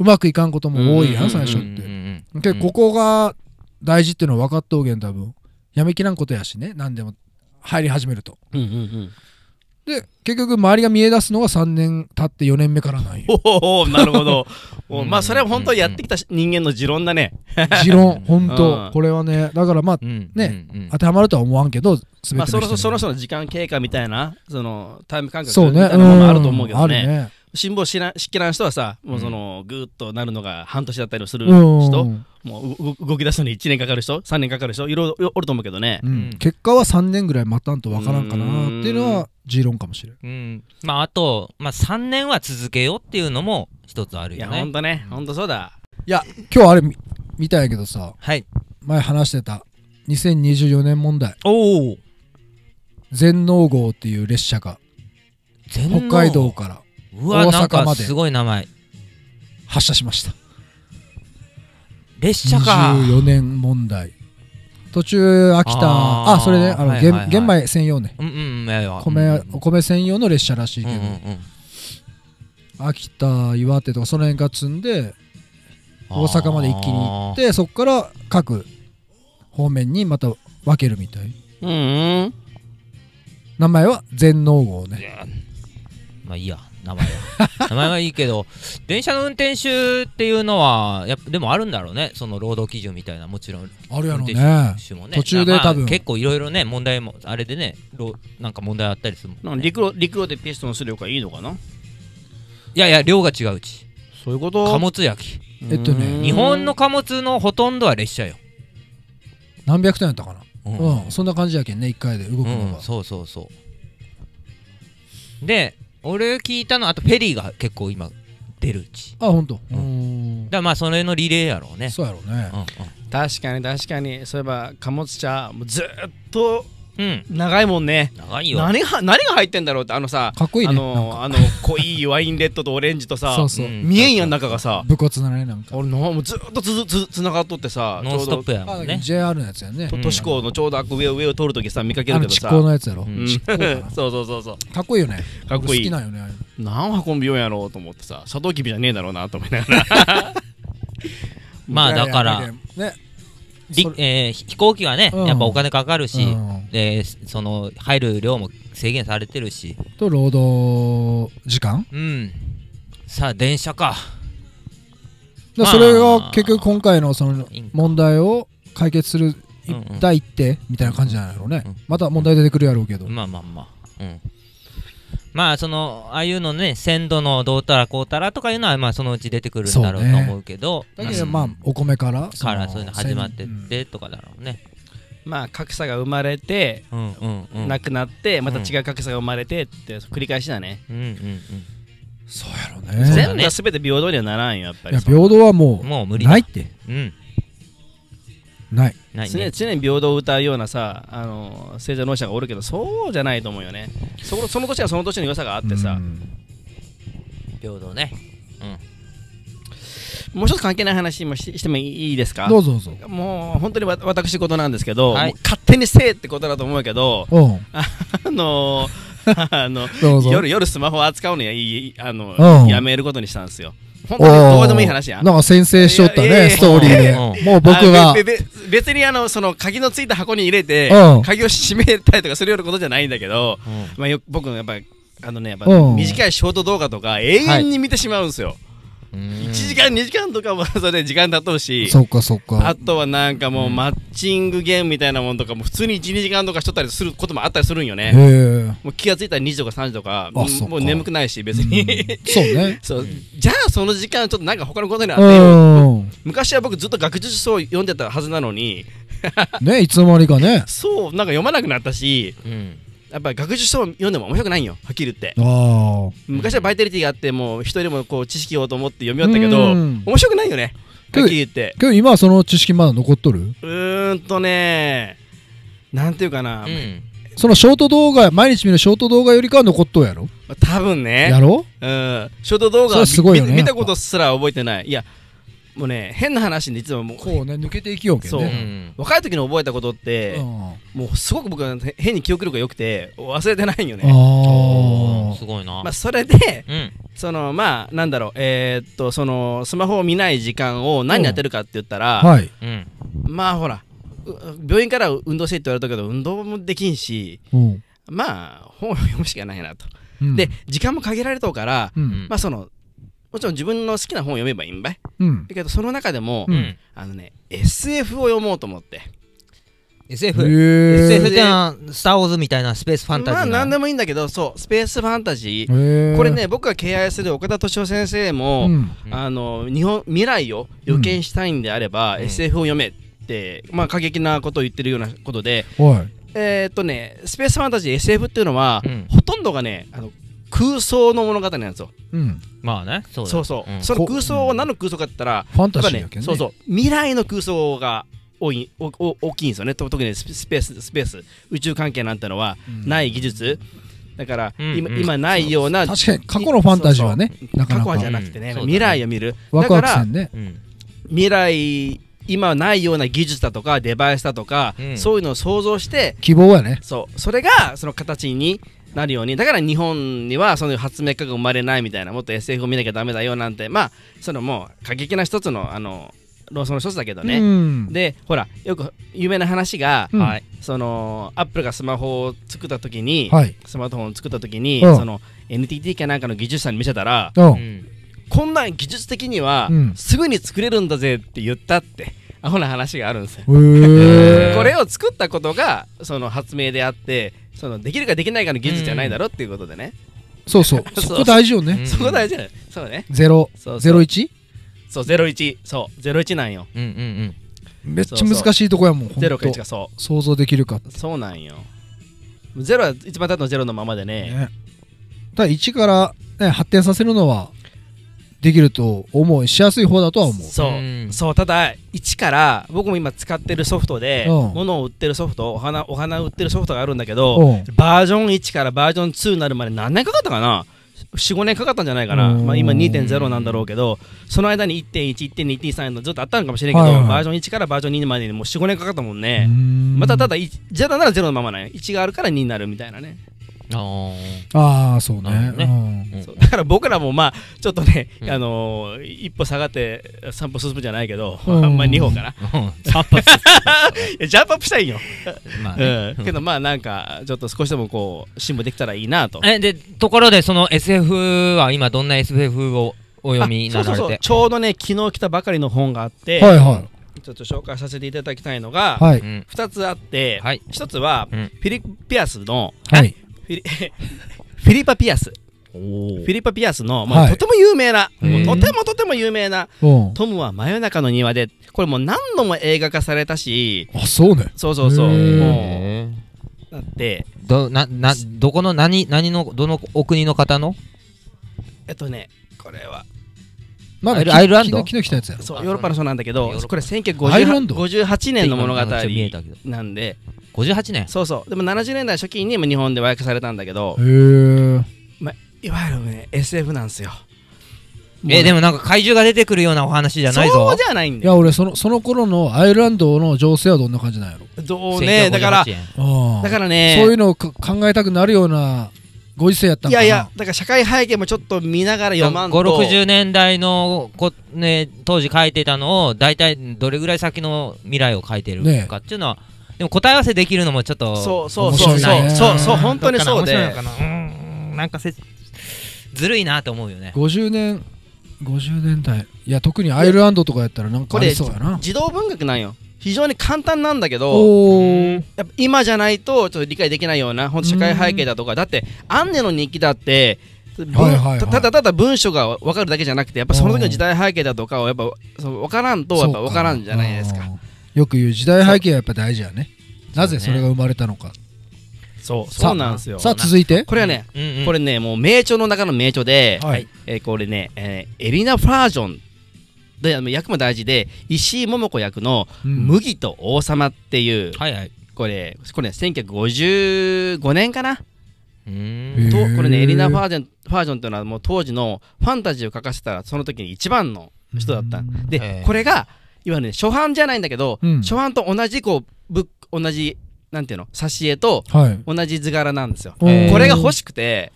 [SPEAKER 2] うまくいかんことも多いやん、
[SPEAKER 1] うん
[SPEAKER 2] 最
[SPEAKER 3] うん
[SPEAKER 2] 初って、
[SPEAKER 3] うんうん
[SPEAKER 2] けどここが大事っていうのは分かっとうげん多分やめきらんことやしね何でも入り始めると
[SPEAKER 1] うんうんうん
[SPEAKER 2] で結局周りが見え出すのが3年経って4年目からなんよ
[SPEAKER 1] おおおなるほ [laughs] どお
[SPEAKER 3] うん
[SPEAKER 1] まあそれは本当にやってきた人間の持論だね
[SPEAKER 2] 持論ほ
[SPEAKER 1] [laughs]
[SPEAKER 2] ん
[SPEAKER 1] うん
[SPEAKER 2] とこれはねだからまあ
[SPEAKER 3] うん
[SPEAKER 2] ね
[SPEAKER 3] うんうん
[SPEAKER 2] 当てはまるとは思わんけど全て
[SPEAKER 1] ま
[SPEAKER 2] の
[SPEAKER 1] あそ
[SPEAKER 2] 人
[SPEAKER 1] ろそろ
[SPEAKER 2] に
[SPEAKER 1] そろそろ時間経過みたいなそのタイム感覚
[SPEAKER 2] そう
[SPEAKER 1] みた
[SPEAKER 2] ね
[SPEAKER 1] いなものもあると思うけど
[SPEAKER 2] んある
[SPEAKER 1] ね
[SPEAKER 2] ね
[SPEAKER 1] 辛抱しらしきらん人はさもうそのぐーっとなるのが半年だったりする
[SPEAKER 2] う
[SPEAKER 1] 人
[SPEAKER 2] ん
[SPEAKER 1] もううう動き出すのに1年かかる人3年かかる人いろいろおると思うけどね
[SPEAKER 2] うん結果は3年ぐらい待たんと分からんかなっていうのは持論かもしれん
[SPEAKER 3] うんまああとまあ3年は続けようっていうのも一つある
[SPEAKER 1] い
[SPEAKER 3] よ
[SPEAKER 1] やほん
[SPEAKER 3] ね
[SPEAKER 1] とねほんとそうだ
[SPEAKER 2] 今日あれみ見たんやけどさ
[SPEAKER 3] はい
[SPEAKER 2] 前話してた2024年問題
[SPEAKER 3] おお
[SPEAKER 2] 全農号っていう列車が北海道から
[SPEAKER 3] うわ
[SPEAKER 2] 大阪
[SPEAKER 3] なん
[SPEAKER 2] ま
[SPEAKER 3] か
[SPEAKER 2] です
[SPEAKER 3] ごい名前
[SPEAKER 2] 発車しました
[SPEAKER 3] 列車か
[SPEAKER 2] 24年問題途中秋田
[SPEAKER 3] あー
[SPEAKER 2] あそれねあの、
[SPEAKER 3] はいはいはい
[SPEAKER 2] 玄玄米専用ね
[SPEAKER 3] うんうんいやいや
[SPEAKER 2] 米、
[SPEAKER 3] うん
[SPEAKER 2] お米専用の列車らしいけど、
[SPEAKER 3] うんうんうん
[SPEAKER 2] 秋田岩手とかその辺が積んで大阪まで一気に行ってそこから各方面にまた分けるみたい
[SPEAKER 1] うんうん
[SPEAKER 2] 名前は全農号
[SPEAKER 3] い
[SPEAKER 2] ね
[SPEAKER 3] やまあいいや名前は [laughs] 名前はいいけど電車の運転手っていうのはやっぱでもあるんだろうねその労働基準みたいなもちろん
[SPEAKER 2] あるやろう
[SPEAKER 3] 運転
[SPEAKER 2] ね
[SPEAKER 3] 手もね
[SPEAKER 2] 途中で
[SPEAKER 3] まあ
[SPEAKER 2] 多分
[SPEAKER 3] 結構いろいろね問題もあれでねろなんか問題あったりするもんね、
[SPEAKER 1] なんか陸路陸路でピストンするよりかいいのかない
[SPEAKER 3] やいや量が違ううち
[SPEAKER 1] そういうこと
[SPEAKER 3] 貨物焼き
[SPEAKER 2] えっとね
[SPEAKER 3] 日本の貨物のほとんどは列車よ
[SPEAKER 2] 何百トンやったかな
[SPEAKER 3] う
[SPEAKER 2] うん、そんな感じやけんね1回で動くの
[SPEAKER 3] う
[SPEAKER 2] が
[SPEAKER 3] ん、、そうそうそうで俺聞いたのあとフェリーが結構今出るうち
[SPEAKER 2] あほんと、う
[SPEAKER 3] う
[SPEAKER 2] ん
[SPEAKER 3] だからまあそれのリレーやろうね
[SPEAKER 2] そうやろうね
[SPEAKER 3] うんうん
[SPEAKER 1] 確かに確かにそういえば貨物車もうずっと
[SPEAKER 3] うん
[SPEAKER 1] 長いもんね
[SPEAKER 3] 長いよ
[SPEAKER 1] 何が何が入ってんだろうってあのさ
[SPEAKER 2] かっこいい
[SPEAKER 1] あ
[SPEAKER 2] ねなん
[SPEAKER 1] の
[SPEAKER 2] か
[SPEAKER 1] あの濃いワインレッドとオレンジと
[SPEAKER 2] そ
[SPEAKER 1] さ
[SPEAKER 2] うそう
[SPEAKER 3] うん
[SPEAKER 1] 見えんやん中がさ
[SPEAKER 2] 武骨なねなんか
[SPEAKER 1] 俺のもうずっとつつつながっとってさち
[SPEAKER 3] ノン
[SPEAKER 1] ょ
[SPEAKER 3] ス
[SPEAKER 1] う
[SPEAKER 3] ト
[SPEAKER 1] ど
[SPEAKER 3] ップや
[SPEAKER 2] あ
[SPEAKER 3] もんね
[SPEAKER 2] JR のやつやね
[SPEAKER 3] うん
[SPEAKER 1] 都市高のちょうどあく上を上を通るときさ見かけ
[SPEAKER 2] あ
[SPEAKER 1] る
[SPEAKER 2] の
[SPEAKER 1] けどさ
[SPEAKER 2] 蓄光のやつやろ
[SPEAKER 3] う
[SPEAKER 1] うんん
[SPEAKER 2] 蓄
[SPEAKER 1] そう
[SPEAKER 2] 光か
[SPEAKER 1] そうそうそう
[SPEAKER 2] なかっこいいよね
[SPEAKER 1] かっこいい
[SPEAKER 2] 俺好きなんよねああいうの
[SPEAKER 1] 何運びようやろうと思ってさサトウキビじゃねえだろうなと思いながら
[SPEAKER 3] まあだか
[SPEAKER 2] いや
[SPEAKER 3] ら
[SPEAKER 2] いやね
[SPEAKER 3] り
[SPEAKER 2] それ
[SPEAKER 3] えー飛行機はね
[SPEAKER 2] うん
[SPEAKER 3] やっぱお金かかるし
[SPEAKER 2] うん
[SPEAKER 3] でその入る量も制限されてるし
[SPEAKER 2] と労働時間
[SPEAKER 3] うんさあ電車か
[SPEAKER 2] だ
[SPEAKER 3] まあ
[SPEAKER 2] それが結局今回のその
[SPEAKER 3] いいんか
[SPEAKER 2] 問題を解決する
[SPEAKER 3] うんうん
[SPEAKER 2] 第一手みたいな感じなんやろうね
[SPEAKER 3] うん
[SPEAKER 2] また問題出てくるやろうけど
[SPEAKER 3] まあまあまあうんまあそのああいうのね鮮度のどうたらこうたらとかいうのはまあそのうち出てくるんだろ
[SPEAKER 2] そうう
[SPEAKER 3] と
[SPEAKER 2] ね
[SPEAKER 3] 思うけど
[SPEAKER 2] だけど
[SPEAKER 3] うん
[SPEAKER 2] まあお米からそ
[SPEAKER 3] からそういうの始まってっ
[SPEAKER 2] うん
[SPEAKER 3] てとかだろうね
[SPEAKER 1] [laughs] まあ格差が生まれて
[SPEAKER 3] うんうんうん
[SPEAKER 1] なくなってまた違う格差が生まれてって繰り返しだね
[SPEAKER 3] うんうん
[SPEAKER 2] そうやろ
[SPEAKER 3] そ
[SPEAKER 2] ね
[SPEAKER 3] うだ
[SPEAKER 1] 全部が全て平等にはならんよやっぱ
[SPEAKER 2] い
[SPEAKER 1] り
[SPEAKER 2] や
[SPEAKER 1] その
[SPEAKER 2] 平等はも
[SPEAKER 3] うん
[SPEAKER 2] う
[SPEAKER 3] もう無理だ
[SPEAKER 2] ないって
[SPEAKER 3] うん
[SPEAKER 2] ない
[SPEAKER 3] ない
[SPEAKER 1] 常
[SPEAKER 3] ね
[SPEAKER 1] に常に平等を歌うようなさあの政治の者がおるけどそうじゃないと思うよねそこその年はその年の良さがあってさ、
[SPEAKER 2] うん
[SPEAKER 3] 平等ね
[SPEAKER 1] もう一つ関係ない話もししてもいいですか
[SPEAKER 2] どうぞどうぞ
[SPEAKER 1] もう本当にわ私事なんですけど、
[SPEAKER 3] は
[SPEAKER 1] も
[SPEAKER 3] い
[SPEAKER 1] う勝手にせえってことだと思うけど
[SPEAKER 2] うん
[SPEAKER 1] あのあの
[SPEAKER 2] どうぞ
[SPEAKER 1] 夜夜スマホ扱うのやいいあ
[SPEAKER 2] う
[SPEAKER 1] の
[SPEAKER 2] ん
[SPEAKER 1] やめることにしたんですよ本当にどうでもいい話やん
[SPEAKER 2] なんか先制しとった
[SPEAKER 1] いやいやい
[SPEAKER 2] ね
[SPEAKER 1] や
[SPEAKER 2] ストーリーで
[SPEAKER 3] う
[SPEAKER 2] もう僕
[SPEAKER 1] あ
[SPEAKER 2] が
[SPEAKER 1] べべべ別にあのその鍵のついた箱に入れて、
[SPEAKER 2] うん
[SPEAKER 1] 鍵を閉めたりとかするようなことじゃないんだけど、
[SPEAKER 3] うん
[SPEAKER 1] まあ、よ僕のやっぱあのねやっぱ
[SPEAKER 2] うん
[SPEAKER 1] 短いショート動画とか永遠に見てしまうんですよ、
[SPEAKER 3] 1
[SPEAKER 1] 1時間2時間とかもそれ時間経とうし
[SPEAKER 2] そっかそっ
[SPEAKER 1] あ
[SPEAKER 2] か
[SPEAKER 1] とはなんかもうマッチングゲームみたいなもんとかも普通に12時間とかしとったりすることもあったりするんよ
[SPEAKER 2] へ
[SPEAKER 1] ね
[SPEAKER 2] え
[SPEAKER 1] もう気がついたら2時とか3時とか
[SPEAKER 2] あそっか
[SPEAKER 1] もう眠くないし別に、
[SPEAKER 2] そうね
[SPEAKER 1] [laughs] そうじゃあその時間ちょっとなんか他のことにあっ
[SPEAKER 2] う
[SPEAKER 1] てよ
[SPEAKER 2] ん
[SPEAKER 1] 昔は僕ずっと学術書を読んでたはずなのに
[SPEAKER 2] ねいつの間にかね
[SPEAKER 1] そうなんか読まなくなったし
[SPEAKER 3] うん
[SPEAKER 1] やっぱり学術書を読んでも面白くないんよはっきり言って
[SPEAKER 2] ああ
[SPEAKER 1] 昔はバイタリティがあってもう一人でもこう知識をと思って読みよったけど
[SPEAKER 2] うん
[SPEAKER 1] 面白くないよね
[SPEAKER 2] け
[SPEAKER 1] は
[SPEAKER 2] ど
[SPEAKER 1] っきり言って
[SPEAKER 2] けど今はその知識まだ残っとる
[SPEAKER 1] うーんとねなんていうかな、
[SPEAKER 3] うん
[SPEAKER 2] そのショート動画毎日見るショート動画よりかは残っとうやろ
[SPEAKER 1] 多分ね
[SPEAKER 2] やろ
[SPEAKER 1] うん、ショート動
[SPEAKER 2] それ
[SPEAKER 1] 画
[SPEAKER 2] はすごいよね
[SPEAKER 1] 見見
[SPEAKER 2] や
[SPEAKER 1] た
[SPEAKER 2] っぱ
[SPEAKER 1] ことすら覚えてないいやもうね変な話でいつももう
[SPEAKER 2] こうね抜けていきようけ
[SPEAKER 1] そ
[SPEAKER 2] ど
[SPEAKER 1] う
[SPEAKER 2] ね
[SPEAKER 3] ん
[SPEAKER 1] 若い時に覚えたことっ
[SPEAKER 2] う
[SPEAKER 1] て、
[SPEAKER 2] んあ
[SPEAKER 1] もうすごく僕は変に記憶力が良くて忘れてないんよね
[SPEAKER 3] お
[SPEAKER 2] あ
[SPEAKER 3] ーすごい
[SPEAKER 1] ま
[SPEAKER 3] な
[SPEAKER 1] あそれで
[SPEAKER 3] うん
[SPEAKER 1] そのまあなんだろうえーっとそのスマホを見ない時間を何に当てるかって言ったら、
[SPEAKER 2] はい
[SPEAKER 3] うん
[SPEAKER 1] まあほらう病院から運動せいって言われたけど運動もできんし
[SPEAKER 2] うん
[SPEAKER 1] まあ本を読むしかないなと、
[SPEAKER 2] うん
[SPEAKER 1] で時間も限られとうから
[SPEAKER 2] うん
[SPEAKER 1] まあそのもちろん自分の好きな本を読めばいいんばい
[SPEAKER 2] うん
[SPEAKER 1] だけどその中でも、
[SPEAKER 3] うん
[SPEAKER 1] あのね SF を読もうと思って
[SPEAKER 3] SF
[SPEAKER 2] へ
[SPEAKER 3] SF
[SPEAKER 2] え
[SPEAKER 3] ってのはスター・ウォーズみたいなスペースファンタジー
[SPEAKER 1] まあ
[SPEAKER 3] な
[SPEAKER 1] 何でもいいんだけどそうスペースファンタジー、
[SPEAKER 2] へえ
[SPEAKER 1] これね僕が敬愛する岡田敏夫先生も、
[SPEAKER 2] うん
[SPEAKER 1] あの日本未来を予見したいんであれば、
[SPEAKER 3] うん
[SPEAKER 1] SF を読めって、まあ、過激なことを言ってるようなことで
[SPEAKER 2] おい
[SPEAKER 1] えーっとねスペースファンタジー SF っていうのは、
[SPEAKER 3] うん
[SPEAKER 1] ほとんどがねあの空想の物語なんですよ
[SPEAKER 2] うん
[SPEAKER 3] まあねそうだ
[SPEAKER 1] そうそう、
[SPEAKER 3] うん
[SPEAKER 1] その空想は何の空想かって言ったら、
[SPEAKER 2] ファンタ
[SPEAKER 1] やっぱ
[SPEAKER 2] ジー
[SPEAKER 1] ね
[SPEAKER 2] やけんね
[SPEAKER 1] そうそう未来の空想が多いおお大きいんですよねと特にスペスペーススペース宇宙関係なんてのは
[SPEAKER 2] うん
[SPEAKER 1] ない技術、だから、
[SPEAKER 3] うん
[SPEAKER 1] 今
[SPEAKER 3] うん
[SPEAKER 1] 今ないような
[SPEAKER 2] 確かに過去のファンタジーはねなか
[SPEAKER 1] 過
[SPEAKER 2] な
[SPEAKER 1] 去はじ
[SPEAKER 2] か
[SPEAKER 1] ゃなくてね、
[SPEAKER 3] うん
[SPEAKER 1] 未来を見る
[SPEAKER 2] ワク
[SPEAKER 1] だ
[SPEAKER 2] ワ
[SPEAKER 1] か
[SPEAKER 2] クせ
[SPEAKER 1] ら
[SPEAKER 2] んね
[SPEAKER 3] うん
[SPEAKER 1] 未来今はないような技術だとかデバイスだとか、
[SPEAKER 3] うん
[SPEAKER 1] そういうのを想像して
[SPEAKER 2] 希望やね
[SPEAKER 1] そうそれがその形になるようにだから日本にはその発明家が生まれないみたいなもっと SF を見なきゃダメだよなんてまあそのもう過激な一つのあの論争の一つだけどね、
[SPEAKER 2] うん
[SPEAKER 1] でほらよく有名な話が、
[SPEAKER 2] うん
[SPEAKER 1] はいそのアップルがスマホを作った時に、
[SPEAKER 2] はい
[SPEAKER 1] スマートフォンを作った時に、
[SPEAKER 2] うん
[SPEAKER 1] その NTT かなんかの技術者に見せたら、
[SPEAKER 2] う
[SPEAKER 3] うんん
[SPEAKER 1] こんなん技術的には、
[SPEAKER 2] うん
[SPEAKER 1] すぐに作れるんだぜって言ったってアホな話があるんですよ。
[SPEAKER 2] へえ
[SPEAKER 1] これを作ったことがその発明であってそのできるかできないかの技術じゃないだろっていうことでね、
[SPEAKER 2] そうそうそこ大事よね
[SPEAKER 3] うん
[SPEAKER 1] そこ大事だよそうね
[SPEAKER 2] ゼロ
[SPEAKER 1] そう
[SPEAKER 2] ゼ
[SPEAKER 1] そう
[SPEAKER 2] ロ一
[SPEAKER 1] そう01そう01なんよ
[SPEAKER 3] うんうん
[SPEAKER 2] めっちゃ難しいとこやもんほん
[SPEAKER 1] 0か
[SPEAKER 2] と
[SPEAKER 1] 1かそ
[SPEAKER 2] 想像できるか
[SPEAKER 1] うそうなんよ0は一番ただの0のままでね
[SPEAKER 2] ねただ1から、ね、発展させるのはできると思うしやすい方だとは思う
[SPEAKER 1] そう、
[SPEAKER 3] うん
[SPEAKER 1] そうただ一から僕も今使ってるソフトで、
[SPEAKER 2] うん
[SPEAKER 1] 物を売ってるソフトお花お花を売ってるソフトがあるんだけど、
[SPEAKER 2] うん
[SPEAKER 1] バージョン1からバージョン2になるまで何年かかったかな45年かかったんじゃないかな、
[SPEAKER 2] うん
[SPEAKER 1] まあ、今2.0なんだろうけどその間に1.11.2.3のずっとあったのかもしれんけど、
[SPEAKER 2] はいはい
[SPEAKER 1] バージョン1からバージョン2までにもう45年かかったもんね、ま
[SPEAKER 2] ま
[SPEAKER 1] たただい0なら0のままない1があるから2になるみたいなね
[SPEAKER 2] ああそう
[SPEAKER 3] なる
[SPEAKER 2] ね
[SPEAKER 3] ほど
[SPEAKER 2] うん
[SPEAKER 1] そうだから僕らもまあちょっとね、
[SPEAKER 3] うん
[SPEAKER 1] あのー一歩下がって3歩進むじゃないけど、
[SPEAKER 2] うん
[SPEAKER 1] まあ2歩かな
[SPEAKER 3] 散髪
[SPEAKER 1] いやジャンプアップしたいんよ、
[SPEAKER 3] [laughs] まあね
[SPEAKER 1] うん、けどまあなんかちょっと少しでもこう進歩できたらいいなと
[SPEAKER 3] えでところでその SF は今どんな SF をお読みになら
[SPEAKER 1] あ
[SPEAKER 3] れ
[SPEAKER 1] そうそうそう
[SPEAKER 3] て
[SPEAKER 1] ちょうどね昨日来たばかりの本があって、
[SPEAKER 2] はいは
[SPEAKER 1] ちょっと紹介させていただきたいのが、
[SPEAKER 2] いはい
[SPEAKER 3] うん
[SPEAKER 1] 2つあって、
[SPEAKER 3] はい
[SPEAKER 1] 1つは、
[SPEAKER 3] うん
[SPEAKER 1] フィリップ・ピアスの
[SPEAKER 2] はい
[SPEAKER 1] フ
[SPEAKER 3] [laughs]
[SPEAKER 1] ィリフィリパ・ピアス
[SPEAKER 3] お
[SPEAKER 1] フィリパ・ピアスの、まあ
[SPEAKER 2] はい
[SPEAKER 1] とても有名な
[SPEAKER 3] へー
[SPEAKER 1] もうとてもとても有名な
[SPEAKER 2] うん
[SPEAKER 1] トムは真夜中の庭でこれもう何度も映画化されたし
[SPEAKER 2] あそうね
[SPEAKER 1] そうそうそう
[SPEAKER 2] へー
[SPEAKER 1] もうだって
[SPEAKER 3] どななどこの何何のどのお国の方の
[SPEAKER 1] えっとねこれは
[SPEAKER 2] ま
[SPEAKER 3] ア
[SPEAKER 2] だ
[SPEAKER 3] イルアイルランド
[SPEAKER 2] 昨日昨日来たやつやろ
[SPEAKER 1] そ
[SPEAKER 3] あ
[SPEAKER 1] うヨーロッパの人なんだけど
[SPEAKER 3] ヨーロッパ
[SPEAKER 1] これ
[SPEAKER 2] アイルランド
[SPEAKER 1] 1958年の物語
[SPEAKER 3] なんかちょっと見えたけど
[SPEAKER 1] なんで
[SPEAKER 3] 58年
[SPEAKER 1] そうそうでも70年代初期にも日本で和訳されたんだけど
[SPEAKER 2] へえ
[SPEAKER 1] いわゆるね SF なんですよ
[SPEAKER 3] えで
[SPEAKER 1] も
[SPEAKER 3] もなんか怪獣が出てくるようなお話じ
[SPEAKER 1] じ
[SPEAKER 3] ゃないぞ
[SPEAKER 1] そうじゃないん
[SPEAKER 2] い
[SPEAKER 1] だよ
[SPEAKER 2] や俺そのその頃のアイルランドの情勢はどんな感じなんやろ
[SPEAKER 1] どうねだから
[SPEAKER 3] 1958円
[SPEAKER 2] あ
[SPEAKER 1] だからら
[SPEAKER 2] そうい
[SPEAKER 1] ね
[SPEAKER 2] うのをか考えたくなるようなご時世やったん
[SPEAKER 1] い
[SPEAKER 2] か
[SPEAKER 1] や
[SPEAKER 2] ない
[SPEAKER 1] やだから社会背景もちょっと見ながら読まんと
[SPEAKER 3] 560年代のこ、ね、当時書いてたのを大体どれぐらい先の未来を書いてるかっていうのは、でも答え合わせできるのもちょっと
[SPEAKER 1] そうそうそう
[SPEAKER 2] 面
[SPEAKER 1] そう
[SPEAKER 2] 白
[SPEAKER 1] そ
[SPEAKER 2] い
[SPEAKER 1] う
[SPEAKER 2] ね
[SPEAKER 1] そうそう本当にそう
[SPEAKER 3] どっ
[SPEAKER 1] で
[SPEAKER 3] かな面白いのかなうーんなんかせずるいなと思うよね
[SPEAKER 2] 50年50年代いや特にアイルランドとかやったらなんかありそうやな
[SPEAKER 1] 児童文学なんよ非常に簡単なんだけど
[SPEAKER 2] お
[SPEAKER 3] うん
[SPEAKER 2] ー
[SPEAKER 1] やっぱ今じゃないとちょっと理解できないような本当社会背景だとかだってアンネの日記だって文
[SPEAKER 2] はいはいはい
[SPEAKER 1] たただただ文章が分かるだけじゃなくてやっぱその時の時代背景だとかをやっぱその分からんとやっぱ分からんじゃないですか
[SPEAKER 2] うんよく言う時代背景はやっぱ大事やねなぜそれが生まれたのか
[SPEAKER 1] そう
[SPEAKER 2] さ
[SPEAKER 1] そうなんですよ
[SPEAKER 2] さあ続いて
[SPEAKER 1] これはね
[SPEAKER 3] うんうん
[SPEAKER 1] これねもう名著の中の名著で、
[SPEAKER 2] はい
[SPEAKER 1] えーこれね、えーエリナ・ファージョンであの役も大事で石井桃子役の「
[SPEAKER 2] うん
[SPEAKER 1] 麦と王様」っていう、
[SPEAKER 3] はいはい
[SPEAKER 1] これこれ、ね、1955年かな
[SPEAKER 3] う
[SPEAKER 2] へ
[SPEAKER 3] ー
[SPEAKER 2] え
[SPEAKER 3] ん
[SPEAKER 1] と
[SPEAKER 2] ー
[SPEAKER 1] これねエリナ・ファージョンファージョンっていうのはもう当時のファンタジーを書かせたらその時に一番の人だった
[SPEAKER 2] うん
[SPEAKER 1] で
[SPEAKER 3] へー
[SPEAKER 1] これがいわゆる、ね、初版じゃないんだけど、
[SPEAKER 2] うん
[SPEAKER 1] 初版と同じこうブック同じなんていうの挿絵と
[SPEAKER 2] はい
[SPEAKER 1] 同じ図柄なんですよ
[SPEAKER 2] おー
[SPEAKER 1] これが欲しくて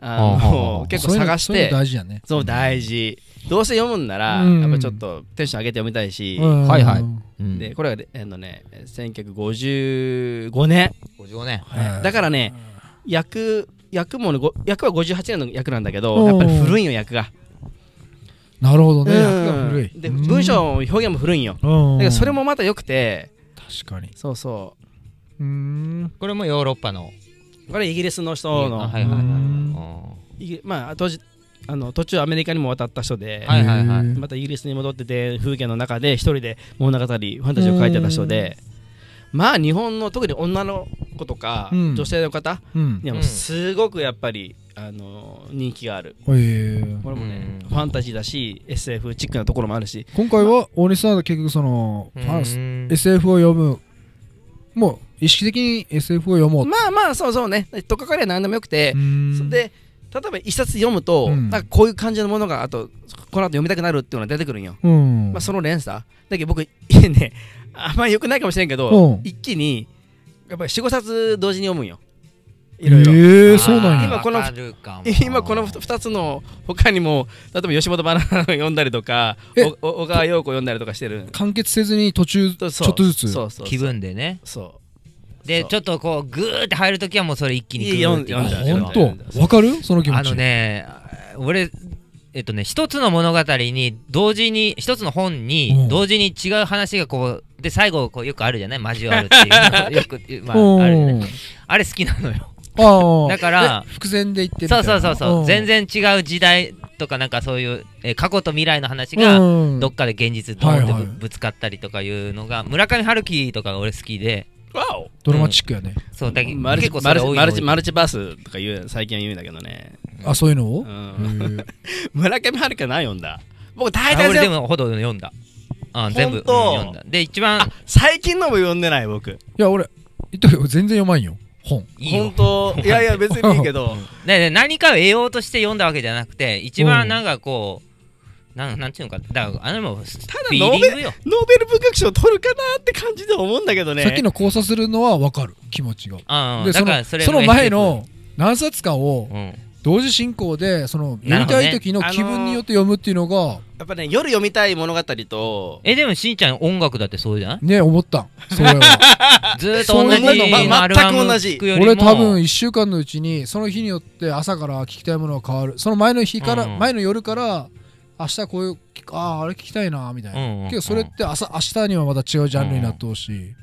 [SPEAKER 1] あ
[SPEAKER 3] あ
[SPEAKER 1] の
[SPEAKER 3] あ
[SPEAKER 1] 結構探し
[SPEAKER 2] そういうのそういう
[SPEAKER 1] て
[SPEAKER 2] の大事やね
[SPEAKER 1] そう大事どうせ読むんなら
[SPEAKER 2] うん
[SPEAKER 1] やっぱちょっとテンション上げて読みたいし
[SPEAKER 2] うん
[SPEAKER 3] はいはいうん
[SPEAKER 1] でこれがねあのね1955年
[SPEAKER 3] 55年
[SPEAKER 2] はい
[SPEAKER 1] だからね役役もねご役は58年の役なんだけ
[SPEAKER 2] う
[SPEAKER 1] ど
[SPEAKER 2] ん
[SPEAKER 1] やっぱり古いよ役が
[SPEAKER 2] なるほどね
[SPEAKER 1] うん
[SPEAKER 2] 役が古い
[SPEAKER 1] で
[SPEAKER 2] うん
[SPEAKER 1] 文章も表現も古いんよ
[SPEAKER 2] うん
[SPEAKER 1] だからそれもまた良くて
[SPEAKER 2] 確かに
[SPEAKER 1] そうそう
[SPEAKER 2] ーん
[SPEAKER 3] これもヨーロッパの
[SPEAKER 1] うこれイギリスの人
[SPEAKER 3] あ
[SPEAKER 1] の
[SPEAKER 3] はいはいはい
[SPEAKER 2] うん
[SPEAKER 1] イギまあ当時あの途中アメリカにも渡った人で
[SPEAKER 3] はいはいはい
[SPEAKER 2] へー
[SPEAKER 1] またイギリスに戻ってて風景の中で一人で物語ファンタジーを書いてた人でまあ日本の特に女の子とか、
[SPEAKER 2] うん
[SPEAKER 1] 女性の方
[SPEAKER 2] うん
[SPEAKER 1] にはもうすごくやっぱり、あの人気がある
[SPEAKER 2] へー
[SPEAKER 1] これもね、
[SPEAKER 3] うん
[SPEAKER 1] ファンタジーだし SF チックなところもあるし
[SPEAKER 2] 今回は大西さんは結局そのファンス
[SPEAKER 3] ん
[SPEAKER 2] SF を読むもう意識的に SF を読もう
[SPEAKER 1] まあまあそうそうねとっかかりは何でもよくて、
[SPEAKER 2] う
[SPEAKER 1] そ
[SPEAKER 2] ん
[SPEAKER 1] で例えば一冊読むと、
[SPEAKER 2] うん
[SPEAKER 1] なんかこういう感じのものがあとこの後読みたくなるっていうのが出てくるんよ、
[SPEAKER 2] うん
[SPEAKER 1] まあ、その連鎖だけど僕 [laughs] いやねあんまりよくないかもしれんけど、
[SPEAKER 2] うん
[SPEAKER 1] 一気にやっぱり45冊同時に読むんよいろいろ、 [laughs]
[SPEAKER 2] えー、そうなんや
[SPEAKER 1] 今この
[SPEAKER 3] わかるかも
[SPEAKER 1] 今この2つの他にも例えば吉本バナナを読んだりとか
[SPEAKER 2] え
[SPEAKER 1] おお小川陽子を読んだりとかしてる
[SPEAKER 2] 完結せずに途中ちょ
[SPEAKER 1] そう
[SPEAKER 2] っとずつ
[SPEAKER 1] そうそう
[SPEAKER 3] 気分でね
[SPEAKER 1] そう
[SPEAKER 3] で
[SPEAKER 1] そう
[SPEAKER 3] ちょっとこうグーって入るときはもうそれ一気に
[SPEAKER 1] いや
[SPEAKER 3] グーって
[SPEAKER 2] あ
[SPEAKER 1] 読んじゃう
[SPEAKER 2] 本
[SPEAKER 1] 読んじゃう
[SPEAKER 2] 当わかるその気持ち
[SPEAKER 3] あのね俺えっとね一つの物語に同時に一つの本
[SPEAKER 2] うん
[SPEAKER 3] に同時に違う話がこうで最後こうよくあるじゃない交わるって
[SPEAKER 2] [laughs]
[SPEAKER 3] いうよくま
[SPEAKER 2] うん
[SPEAKER 3] ああるよねあれ好きなのよ
[SPEAKER 2] ああ
[SPEAKER 3] だから
[SPEAKER 2] で伏線で言ってみた
[SPEAKER 3] そ
[SPEAKER 2] いうな
[SPEAKER 3] そうそうそう全然違う時代とかなんかそういう、えー過去と未来の話が
[SPEAKER 2] うん
[SPEAKER 3] どっかで現実ドーンってぶ,、
[SPEAKER 2] はいはい
[SPEAKER 3] ぶつかったりとかいうのが村上春樹とかが俺好きで
[SPEAKER 1] わお
[SPEAKER 2] ドラマチックやね
[SPEAKER 3] そうだけ
[SPEAKER 1] マル
[SPEAKER 3] 結
[SPEAKER 1] チ
[SPEAKER 3] 構
[SPEAKER 1] マル
[SPEAKER 3] それ
[SPEAKER 1] チ
[SPEAKER 3] 多い
[SPEAKER 1] マルチ
[SPEAKER 3] 多い
[SPEAKER 1] マルチバースとか言う最近は言うんだけどね
[SPEAKER 2] あそういうのを
[SPEAKER 1] う、
[SPEAKER 2] へ
[SPEAKER 1] ん、 [laughs]
[SPEAKER 2] ー
[SPEAKER 1] 村上春樹何読んだ僕
[SPEAKER 3] あ
[SPEAKER 1] 大体
[SPEAKER 3] 俺で
[SPEAKER 1] 全部
[SPEAKER 3] もほど読んだあ全部、
[SPEAKER 1] ほ
[SPEAKER 3] うんん、
[SPEAKER 1] と
[SPEAKER 3] 読んだで一番
[SPEAKER 1] あ最近のも読んでない僕
[SPEAKER 2] いや俺言っとくよ全然読まんよ本
[SPEAKER 3] いいよ
[SPEAKER 1] 本当いやい
[SPEAKER 2] [laughs]
[SPEAKER 1] や別にいいけど
[SPEAKER 3] でで何かを得ようとして読んだわけじゃなくて一
[SPEAKER 2] うん
[SPEAKER 3] 番なんかこうなんなんていうのかだからあのもうフ
[SPEAKER 1] だ
[SPEAKER 3] ィーリングよ
[SPEAKER 1] ノーベル文学賞取るかなって感じで思うんだけどね
[SPEAKER 2] さっきの交差するのは分かる気持ちが
[SPEAKER 3] ああ
[SPEAKER 2] で
[SPEAKER 3] だ
[SPEAKER 2] そ
[SPEAKER 3] から
[SPEAKER 2] の
[SPEAKER 3] そ
[SPEAKER 2] そ
[SPEAKER 3] れ
[SPEAKER 2] の前
[SPEAKER 3] SF
[SPEAKER 2] の何冊かを
[SPEAKER 3] うん
[SPEAKER 2] 同時進行でその読
[SPEAKER 3] な
[SPEAKER 2] み
[SPEAKER 3] るほ
[SPEAKER 2] た
[SPEAKER 3] どね
[SPEAKER 2] い時の気分によって読むっていうのが
[SPEAKER 1] やっぱね夜読みたい物語と
[SPEAKER 3] えでもしんちゃん音楽だってそうじゃない
[SPEAKER 2] ね思ったそ
[SPEAKER 3] [laughs]
[SPEAKER 2] れは
[SPEAKER 3] ずーっと同じ
[SPEAKER 2] そういうの
[SPEAKER 1] ま
[SPEAKER 3] アルバム
[SPEAKER 1] 全く同じ
[SPEAKER 3] 聞くよりも
[SPEAKER 2] 俺多分1週間のうちにその日によって朝から聞きたいものが変わるその前の日から、
[SPEAKER 3] うん
[SPEAKER 2] 前の夜から明日こういうあああれ聞きたいなみたいな、
[SPEAKER 3] うんうんうん
[SPEAKER 2] けどそれって朝明日にはまた違うジャンルになっとうし、
[SPEAKER 3] うん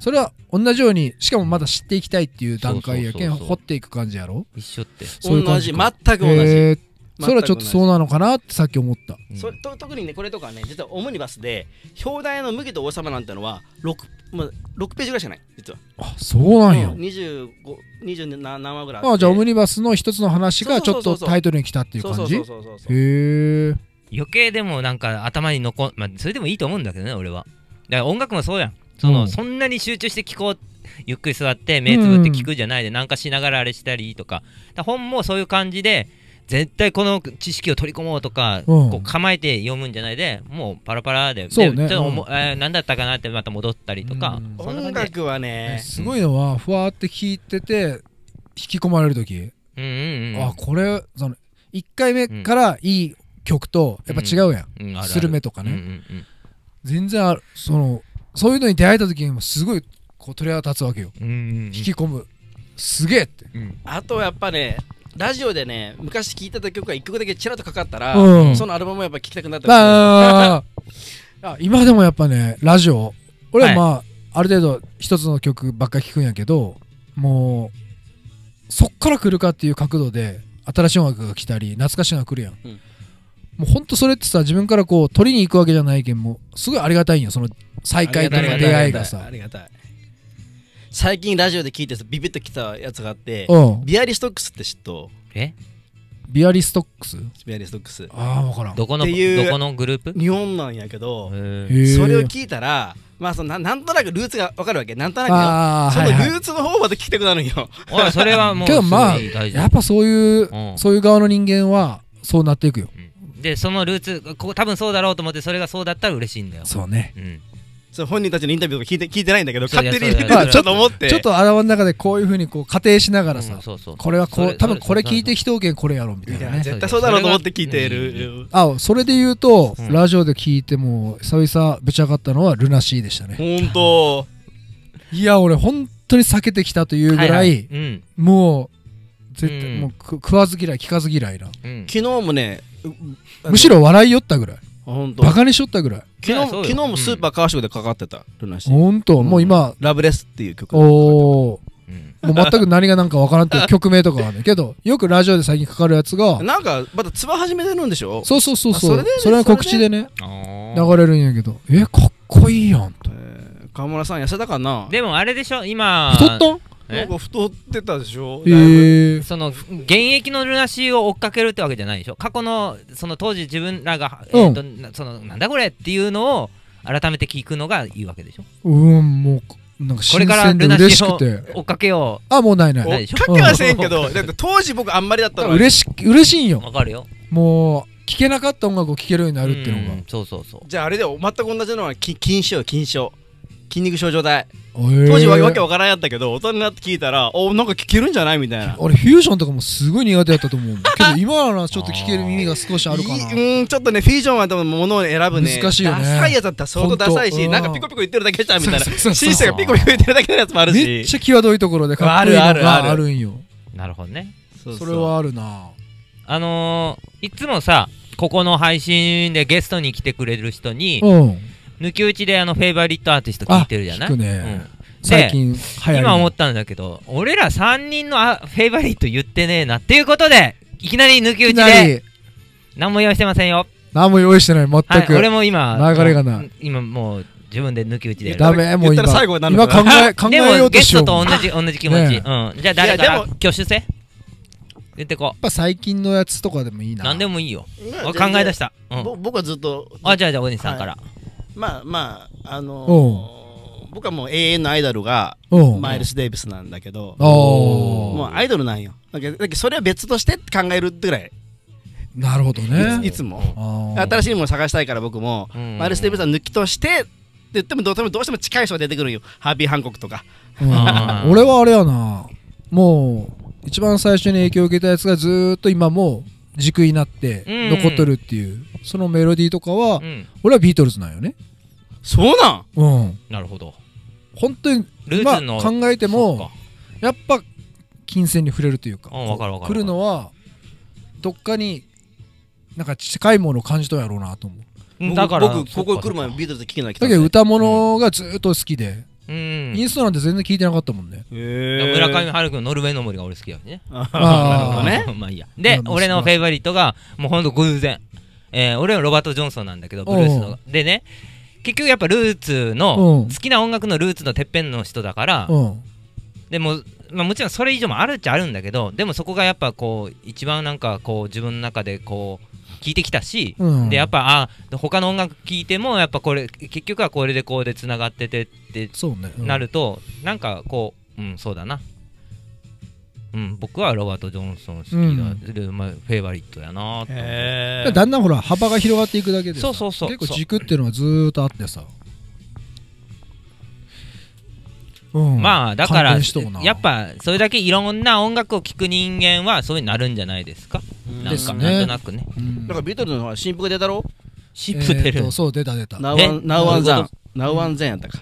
[SPEAKER 2] それは同じようにしかもまだ知っていきたいっていう段階やけん
[SPEAKER 3] そうそうそうそう
[SPEAKER 2] 掘っていく感じやろ
[SPEAKER 3] 一緒って
[SPEAKER 2] そういう感
[SPEAKER 1] 同
[SPEAKER 2] じ
[SPEAKER 1] じ
[SPEAKER 2] か
[SPEAKER 1] 全く同じ、
[SPEAKER 2] えー
[SPEAKER 1] 全く同じ
[SPEAKER 2] それはちょっとそうなのかなってさっき思った
[SPEAKER 3] うん
[SPEAKER 1] それと特にねこれとかね実はオムニバスで表題の「麦と王様」なんてのは 6,、まあ、6ページぐらいしかない実は
[SPEAKER 2] あそうなんや、
[SPEAKER 1] 25 27話ぐらい
[SPEAKER 2] あじゃあオム
[SPEAKER 1] ニ
[SPEAKER 2] ニバスの一つの話がちょっ
[SPEAKER 1] そうそうそ
[SPEAKER 2] と
[SPEAKER 1] うそう
[SPEAKER 2] タイトルに来たっていう
[SPEAKER 1] そう
[SPEAKER 2] 感
[SPEAKER 1] そう
[SPEAKER 2] じ
[SPEAKER 1] そ
[SPEAKER 2] へ
[SPEAKER 1] うそうそうそう
[SPEAKER 2] え
[SPEAKER 3] 余計でもなんか頭に残まあそれでもいいと思うんだけどね俺はだから音楽もそうやんその、
[SPEAKER 2] うん
[SPEAKER 3] そんなに集中して聞こうゆっくり座って目つぶって聞くじゃないで、なんかしながらあれしたりとかだから本もそういう感じで絶対この知識を取り込もうとか、
[SPEAKER 2] うん
[SPEAKER 3] こう構えて読むんじゃないでもうパラパラで
[SPEAKER 2] そうね
[SPEAKER 3] でちょっとおも
[SPEAKER 2] うん
[SPEAKER 3] えー何だったかなってまた戻ったりとか、
[SPEAKER 2] うん
[SPEAKER 3] そんな
[SPEAKER 1] 音
[SPEAKER 3] 感じで
[SPEAKER 1] 楽はね
[SPEAKER 2] すごいのはふわーって聞いてて引き込まれる時、
[SPEAKER 3] うんうんうん
[SPEAKER 2] あこれその1回目からいい曲とやっぱ違うやん、
[SPEAKER 3] うんあるある
[SPEAKER 2] スルメとか
[SPEAKER 3] うんうん
[SPEAKER 2] ね、全然あるそのそういうのに出会えた時にもすごいこう鳥肌立つわけよ
[SPEAKER 3] うんうんうんうん
[SPEAKER 2] 引き込むすげえって
[SPEAKER 3] うん
[SPEAKER 1] あとやっぱねラジオでね昔聴いてた曲が1曲だけちらっとかかったら、
[SPEAKER 2] うん
[SPEAKER 1] そのアルバムをやっぱ聴きたくなったりする
[SPEAKER 2] あーあ今でもやっぱねラジオ俺はまあ、ある程度一つの曲ばっか聴くんやけどもうそっから来るかっていう角度で新しい音楽が来たり懐かしいのが来るやん、
[SPEAKER 1] うん
[SPEAKER 2] もうほんとそれってさ自分からこう取りに行くわけじゃないけんもうすごいありがたいんよその再会と
[SPEAKER 1] あり
[SPEAKER 2] の
[SPEAKER 1] た
[SPEAKER 2] 出会いが
[SPEAKER 1] あ
[SPEAKER 2] さ
[SPEAKER 1] りがたいありがたい最近ラジオで聞いてさビビッときたやつがあって
[SPEAKER 2] うん
[SPEAKER 1] ビアリストックスって知っと
[SPEAKER 3] え
[SPEAKER 2] ビアリストックス
[SPEAKER 1] ビアリストックス
[SPEAKER 2] ああ分からん
[SPEAKER 3] どこの
[SPEAKER 1] っていう
[SPEAKER 3] どこのグループ
[SPEAKER 1] 日本なんやけど
[SPEAKER 3] へー
[SPEAKER 2] へー
[SPEAKER 1] それを聞いたらまあそのななんとなくルーツがわかるわけなんとなくよ
[SPEAKER 2] ああ
[SPEAKER 1] その
[SPEAKER 2] はい
[SPEAKER 1] ル
[SPEAKER 2] はい
[SPEAKER 1] ーツの方まで聞きたくなるんよ
[SPEAKER 3] おいそれはもう
[SPEAKER 2] けどまあ
[SPEAKER 3] すごい大事
[SPEAKER 2] やっぱそういう、
[SPEAKER 3] うん
[SPEAKER 2] そういう側の人間はそうなっていくよ
[SPEAKER 3] でそのルーツここ多分そうだろうと思ってそれがそうだったら嬉しいんだよ。
[SPEAKER 2] そうね
[SPEAKER 3] うん、
[SPEAKER 1] その本人たちのインタビューとか聞いて聞いてないんだけど
[SPEAKER 3] そう
[SPEAKER 1] 勝
[SPEAKER 3] い
[SPEAKER 1] 手に
[SPEAKER 3] や
[SPEAKER 1] ち
[SPEAKER 3] そう
[SPEAKER 2] いや
[SPEAKER 1] ょっと思って
[SPEAKER 2] ちょっと頭の中でこういうふうにこう仮定しながら
[SPEAKER 3] う
[SPEAKER 2] さ
[SPEAKER 3] ん、そうそう
[SPEAKER 2] これはこ
[SPEAKER 3] そうれ
[SPEAKER 2] 多分これ
[SPEAKER 3] それ
[SPEAKER 2] 聞いて人見これやろみたい
[SPEAKER 1] い
[SPEAKER 2] な
[SPEAKER 1] や
[SPEAKER 2] ね
[SPEAKER 1] 絶対そうだろうと思って聞いてい
[SPEAKER 3] それが
[SPEAKER 1] る
[SPEAKER 2] あそれで言うと、
[SPEAKER 3] うん
[SPEAKER 2] ラジオで聞いても久々ぶち上がったのはルナシーでしたね
[SPEAKER 1] 本当
[SPEAKER 2] いや俺本当に避けてきたというぐらい、
[SPEAKER 3] はいはいうん
[SPEAKER 2] もう絶対、
[SPEAKER 3] うん
[SPEAKER 2] もうく食わず嫌い聞かず嫌いな
[SPEAKER 3] うん
[SPEAKER 1] 昨日もね
[SPEAKER 2] むし
[SPEAKER 1] ろ
[SPEAKER 2] ろ笑いよったぐらい
[SPEAKER 1] 本当
[SPEAKER 2] バ
[SPEAKER 1] 昨
[SPEAKER 2] カにしよったぐらい
[SPEAKER 1] 日
[SPEAKER 3] いや
[SPEAKER 1] も
[SPEAKER 3] そう
[SPEAKER 1] 昨
[SPEAKER 3] よ
[SPEAKER 1] 日もスーパーカーショーでかかってたルナシー
[SPEAKER 2] 本当、もう今
[SPEAKER 1] ラブレスっていう曲
[SPEAKER 2] おー
[SPEAKER 3] う
[SPEAKER 2] もう
[SPEAKER 3] ん
[SPEAKER 2] 全く何が何かわからんっていう曲名とかはねけどよくラジオで最近かかるや
[SPEAKER 1] [laughs]
[SPEAKER 2] つが
[SPEAKER 1] なんかまたツバ始めてるんでしょ
[SPEAKER 2] そうそうそう
[SPEAKER 1] あそ
[SPEAKER 2] そう
[SPEAKER 1] れでね
[SPEAKER 2] それは告知でね
[SPEAKER 3] あー
[SPEAKER 2] 流れるんやけどえかっこいいやんと
[SPEAKER 1] えー川村さん痩せたかな
[SPEAKER 3] でもあれでしょ今
[SPEAKER 2] 太ったん
[SPEAKER 1] な
[SPEAKER 3] え
[SPEAKER 1] んか太ってたでしょ
[SPEAKER 2] え
[SPEAKER 1] だいぶ
[SPEAKER 2] ー
[SPEAKER 3] その現役のルナシーを追っかけるってわけじゃないでしょ過去のその当時自分らが、えーとなそのなんだこれっていうのを改めて聞くのがいいわけでしょ
[SPEAKER 2] うんもうなんか
[SPEAKER 3] こ
[SPEAKER 2] 新
[SPEAKER 3] れから
[SPEAKER 2] 鮮で
[SPEAKER 3] ルナ
[SPEAKER 2] 嬉
[SPEAKER 3] シ
[SPEAKER 2] し
[SPEAKER 3] ー
[SPEAKER 2] く
[SPEAKER 3] を
[SPEAKER 2] て
[SPEAKER 3] 追っかけよ
[SPEAKER 2] あもうないな
[SPEAKER 3] ない
[SPEAKER 2] い
[SPEAKER 3] でしょ
[SPEAKER 1] かけはせんけどだって当時僕あんまりだったの
[SPEAKER 2] 嬉し嬉しいんよ
[SPEAKER 3] わかるよ
[SPEAKER 2] もう聴けなかった音楽を聴けるようになるっていう
[SPEAKER 3] う
[SPEAKER 2] の
[SPEAKER 3] んそうそうそう
[SPEAKER 1] じゃああれで全く同じのはき筋腫よ筋症筋肉症状体
[SPEAKER 2] が
[SPEAKER 1] 当時はわけ
[SPEAKER 2] わ
[SPEAKER 1] わからんやったけど大人になって聞いたらおなんか聞けるんじゃないみたいな
[SPEAKER 2] 俺フュージョンとかもすごい苦手だったと思うけど今ならちょっと聴ける耳が少しある
[SPEAKER 1] [laughs]
[SPEAKER 2] か
[SPEAKER 1] いいう
[SPEAKER 2] な
[SPEAKER 1] ーんちょっとねフィージョンは多分ものを選ぶね
[SPEAKER 2] 難しいよね
[SPEAKER 1] ダサいやつだったら相当ダサい
[SPEAKER 2] ほん
[SPEAKER 1] し
[SPEAKER 2] と
[SPEAKER 1] なんかピコピコ言ってるだけじゃんみたいな
[SPEAKER 2] そうそうそうそ
[SPEAKER 1] シ
[SPEAKER 2] う
[SPEAKER 1] ンセがピコピコ言ってるだけのやつもある
[SPEAKER 2] めっ
[SPEAKER 1] し
[SPEAKER 2] ちゃ際どいところでかっこいいの
[SPEAKER 1] あるあるある
[SPEAKER 2] があるんよ
[SPEAKER 3] なるほどね
[SPEAKER 1] うう
[SPEAKER 2] それはあるな
[SPEAKER 3] あのー、いつもさここの配信でゲストに来てくれる人に
[SPEAKER 2] うん
[SPEAKER 3] 抜き打ちであのフェイバリットアーティスト聞いてるじゃない、
[SPEAKER 2] あ聞く
[SPEAKER 3] う
[SPEAKER 2] ね
[SPEAKER 3] ん
[SPEAKER 2] 最近流行り
[SPEAKER 3] 今思
[SPEAKER 2] の
[SPEAKER 3] ったんだけど俺ら3人のあフェイバリット言ってねえなっていうことでいきなり抜き打
[SPEAKER 2] いき
[SPEAKER 3] ち
[SPEAKER 2] な
[SPEAKER 3] で
[SPEAKER 2] り
[SPEAKER 3] 何も用意してませんよ
[SPEAKER 2] 何も用意してない全
[SPEAKER 3] はい
[SPEAKER 2] く
[SPEAKER 3] 俺も今
[SPEAKER 2] 流れがない
[SPEAKER 3] もう今もう自分で抜き打ちで
[SPEAKER 2] ダメも
[SPEAKER 1] 言
[SPEAKER 2] う
[SPEAKER 1] った
[SPEAKER 2] 今
[SPEAKER 1] ら最後になるの
[SPEAKER 2] 今
[SPEAKER 1] か
[SPEAKER 2] 考え考
[SPEAKER 3] で [laughs]
[SPEAKER 2] えよ
[SPEAKER 3] も
[SPEAKER 2] うと
[SPEAKER 3] ゲ
[SPEAKER 2] し
[SPEAKER 3] ス
[SPEAKER 2] よ
[SPEAKER 3] ト
[SPEAKER 2] う
[SPEAKER 3] と同じ同じ気持ち、
[SPEAKER 2] ね
[SPEAKER 3] うんじゃあ誰
[SPEAKER 1] いや
[SPEAKER 3] か
[SPEAKER 1] で
[SPEAKER 3] 挙手制言ってこ
[SPEAKER 2] ぱ最近のやつとかでもいいうな
[SPEAKER 3] 何でもいいよ
[SPEAKER 1] ま
[SPEAKER 3] あ
[SPEAKER 1] あ
[SPEAKER 3] 考え出した、う
[SPEAKER 1] 全然
[SPEAKER 3] ん、
[SPEAKER 1] ぼ僕はずっと
[SPEAKER 3] あじゃあじゃあお兄さんから、
[SPEAKER 1] まあまああ
[SPEAKER 2] お
[SPEAKER 1] のー僕はもう永遠のアイドルが
[SPEAKER 2] うん
[SPEAKER 1] マイルス・デイビスなんだけど
[SPEAKER 2] おー
[SPEAKER 1] もうアイドルなんよだけどだけどそれは別としてって考えるぐらい
[SPEAKER 2] なるほど
[SPEAKER 1] いつい
[SPEAKER 2] ね
[SPEAKER 1] つも
[SPEAKER 2] あー
[SPEAKER 1] 新しいものを探したいから僕も
[SPEAKER 3] うん
[SPEAKER 1] マイルス・デイビスは抜きとしてって言ってもどうしてもどうしても近い人が出てくるんよハービー・ハンコックとか
[SPEAKER 2] うん俺はあれやなもう一番最初に影響を受けたやつがずーっと今も軸になって
[SPEAKER 3] うん
[SPEAKER 2] 残っとるっていうそのメロディーとかは
[SPEAKER 3] うん、
[SPEAKER 2] 俺はビートルズなんよね
[SPEAKER 1] そうなん
[SPEAKER 2] うん
[SPEAKER 3] なるほど
[SPEAKER 2] 本当に
[SPEAKER 3] ルー
[SPEAKER 2] ま
[SPEAKER 3] ツの、
[SPEAKER 2] あ考えてもやっぱ金銭に触れるというか
[SPEAKER 3] うんわかるわかる
[SPEAKER 2] 来るのはどっかになんか近いものを感じとんやろうなと思う
[SPEAKER 3] うん
[SPEAKER 1] 僕
[SPEAKER 3] だから
[SPEAKER 1] 僕ここに来る前
[SPEAKER 3] そっか
[SPEAKER 1] ビートルズ聞けない
[SPEAKER 2] だけど歌物がずーっと好きで、
[SPEAKER 3] うん
[SPEAKER 2] インストなんて全然聞いてなかったもん
[SPEAKER 3] [laughs]
[SPEAKER 2] ね
[SPEAKER 1] 村
[SPEAKER 3] 村上春樹のノルウェーの森が俺好きだよね。
[SPEAKER 2] あー
[SPEAKER 1] なるほ
[SPEAKER 3] まあいいや。
[SPEAKER 2] まあ
[SPEAKER 3] で
[SPEAKER 2] ま、あ
[SPEAKER 3] 俺のフェイバリットが、もうほんと偶然。えー俺はロバート・ジョンソンなんだけど、ブルース
[SPEAKER 2] おう
[SPEAKER 3] の。でね、結局やっぱルーツ
[SPEAKER 2] うん
[SPEAKER 3] の、好きな音楽のルーツのてっぺんの人だから、
[SPEAKER 2] うん
[SPEAKER 3] でも、まあ、もちろんそれ以上もあるっちゃあるんだけど、でもそこがやっぱこう、一番なんかこう、自分の中でこう、聞いてきたし、
[SPEAKER 2] うん
[SPEAKER 3] でやっぱあ他の音楽聴いてもやっぱこれ結局はこれでこうでつながっててって
[SPEAKER 2] そうね、うん
[SPEAKER 3] なると、なんかこううんそうだなうん僕はロバート・ジョンソン好きだ、
[SPEAKER 2] うん
[SPEAKER 3] でまあ、フェイバリットやなと思って
[SPEAKER 1] へ
[SPEAKER 2] だ
[SPEAKER 1] ー
[SPEAKER 2] だんだんほら幅が広がっていくだけでさ
[SPEAKER 3] そうそうそう
[SPEAKER 2] 結構軸っていうのがずーっとあってさうん
[SPEAKER 3] まあだから
[SPEAKER 2] 関連しとんな
[SPEAKER 3] やっぱそれだけいろんな音楽を聴く人間はそういうなるんじゃないですか、
[SPEAKER 1] うん
[SPEAKER 3] な
[SPEAKER 1] で
[SPEAKER 3] ん
[SPEAKER 1] す
[SPEAKER 3] か
[SPEAKER 1] ね
[SPEAKER 3] なんとなくね
[SPEAKER 2] うん
[SPEAKER 1] だからビートルズの方が新譜が出たろ
[SPEAKER 3] シップ出
[SPEAKER 2] え
[SPEAKER 3] る、
[SPEAKER 2] ーとそう出た出た
[SPEAKER 1] ナウワンナウワンザ
[SPEAKER 3] どういう
[SPEAKER 1] ンナウワンザンやったか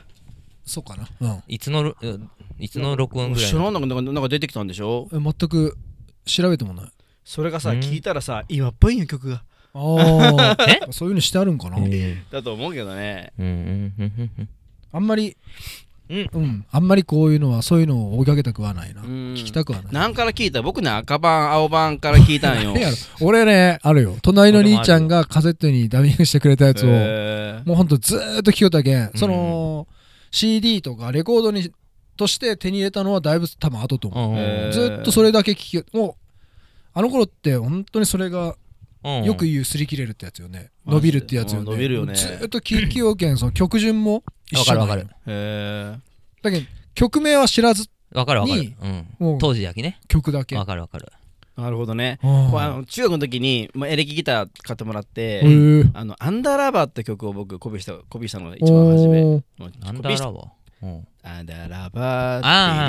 [SPEAKER 2] そうかなうん
[SPEAKER 3] いつのろうんいつの録音ぐらい
[SPEAKER 1] 知
[SPEAKER 3] の
[SPEAKER 1] らんのかなんかなんか出てきたんでしょ
[SPEAKER 2] え全く調べてもない
[SPEAKER 1] それがさ
[SPEAKER 3] うん
[SPEAKER 1] 聞いたらさ今っぽいんよ曲が
[SPEAKER 2] ああそういうのしてあるんかな
[SPEAKER 1] だと思うけどね
[SPEAKER 3] うんうんうんうんうん
[SPEAKER 2] あんまり
[SPEAKER 3] うん
[SPEAKER 2] うんあんまりこういうのはそういうのを追いかけたくはないな
[SPEAKER 1] うん
[SPEAKER 2] 聞きたくはない
[SPEAKER 1] なんから聞いた僕ね赤版青版から聞いたんよ
[SPEAKER 2] いや俺ねあるよ隣の兄ちゃんがカセットにダビングしてくれたやつを
[SPEAKER 1] へー
[SPEAKER 2] もうほんとずーっと聞きよったけん、
[SPEAKER 3] ん
[SPEAKER 2] その CD とかレコードにとして手に入れたのはだいぶ多分後と思う、
[SPEAKER 1] えー
[SPEAKER 2] ずーっとそれだけ聞きよもうあの頃って本当にそれが
[SPEAKER 3] うん
[SPEAKER 2] よく言う擦り切れるってやつよね、
[SPEAKER 1] うん
[SPEAKER 2] 伸びるってやつよね
[SPEAKER 1] うん伸びるよね
[SPEAKER 2] ずーっと聞きよけんその曲順も一緒なんよ
[SPEAKER 3] わかるわ
[SPEAKER 1] へー
[SPEAKER 2] だけど曲名は知らず
[SPEAKER 3] わかるわかる
[SPEAKER 2] に、
[SPEAKER 3] う
[SPEAKER 2] も
[SPEAKER 3] ん、
[SPEAKER 2] う
[SPEAKER 3] 当時だけね
[SPEAKER 2] 曲だけ
[SPEAKER 3] わかるわかる
[SPEAKER 1] なるほどね
[SPEAKER 2] うん
[SPEAKER 1] こうあの中学の時にまあエレキギター買ってもらっ
[SPEAKER 2] へ
[SPEAKER 1] て
[SPEAKER 2] ー
[SPEAKER 1] あのアンダーラバーって曲を僕コピーしたコピーしたのが一番初め
[SPEAKER 2] おー
[SPEAKER 1] もうコピーした
[SPEAKER 3] アンダーラボうん
[SPEAKER 1] アンダーラバ
[SPEAKER 3] あ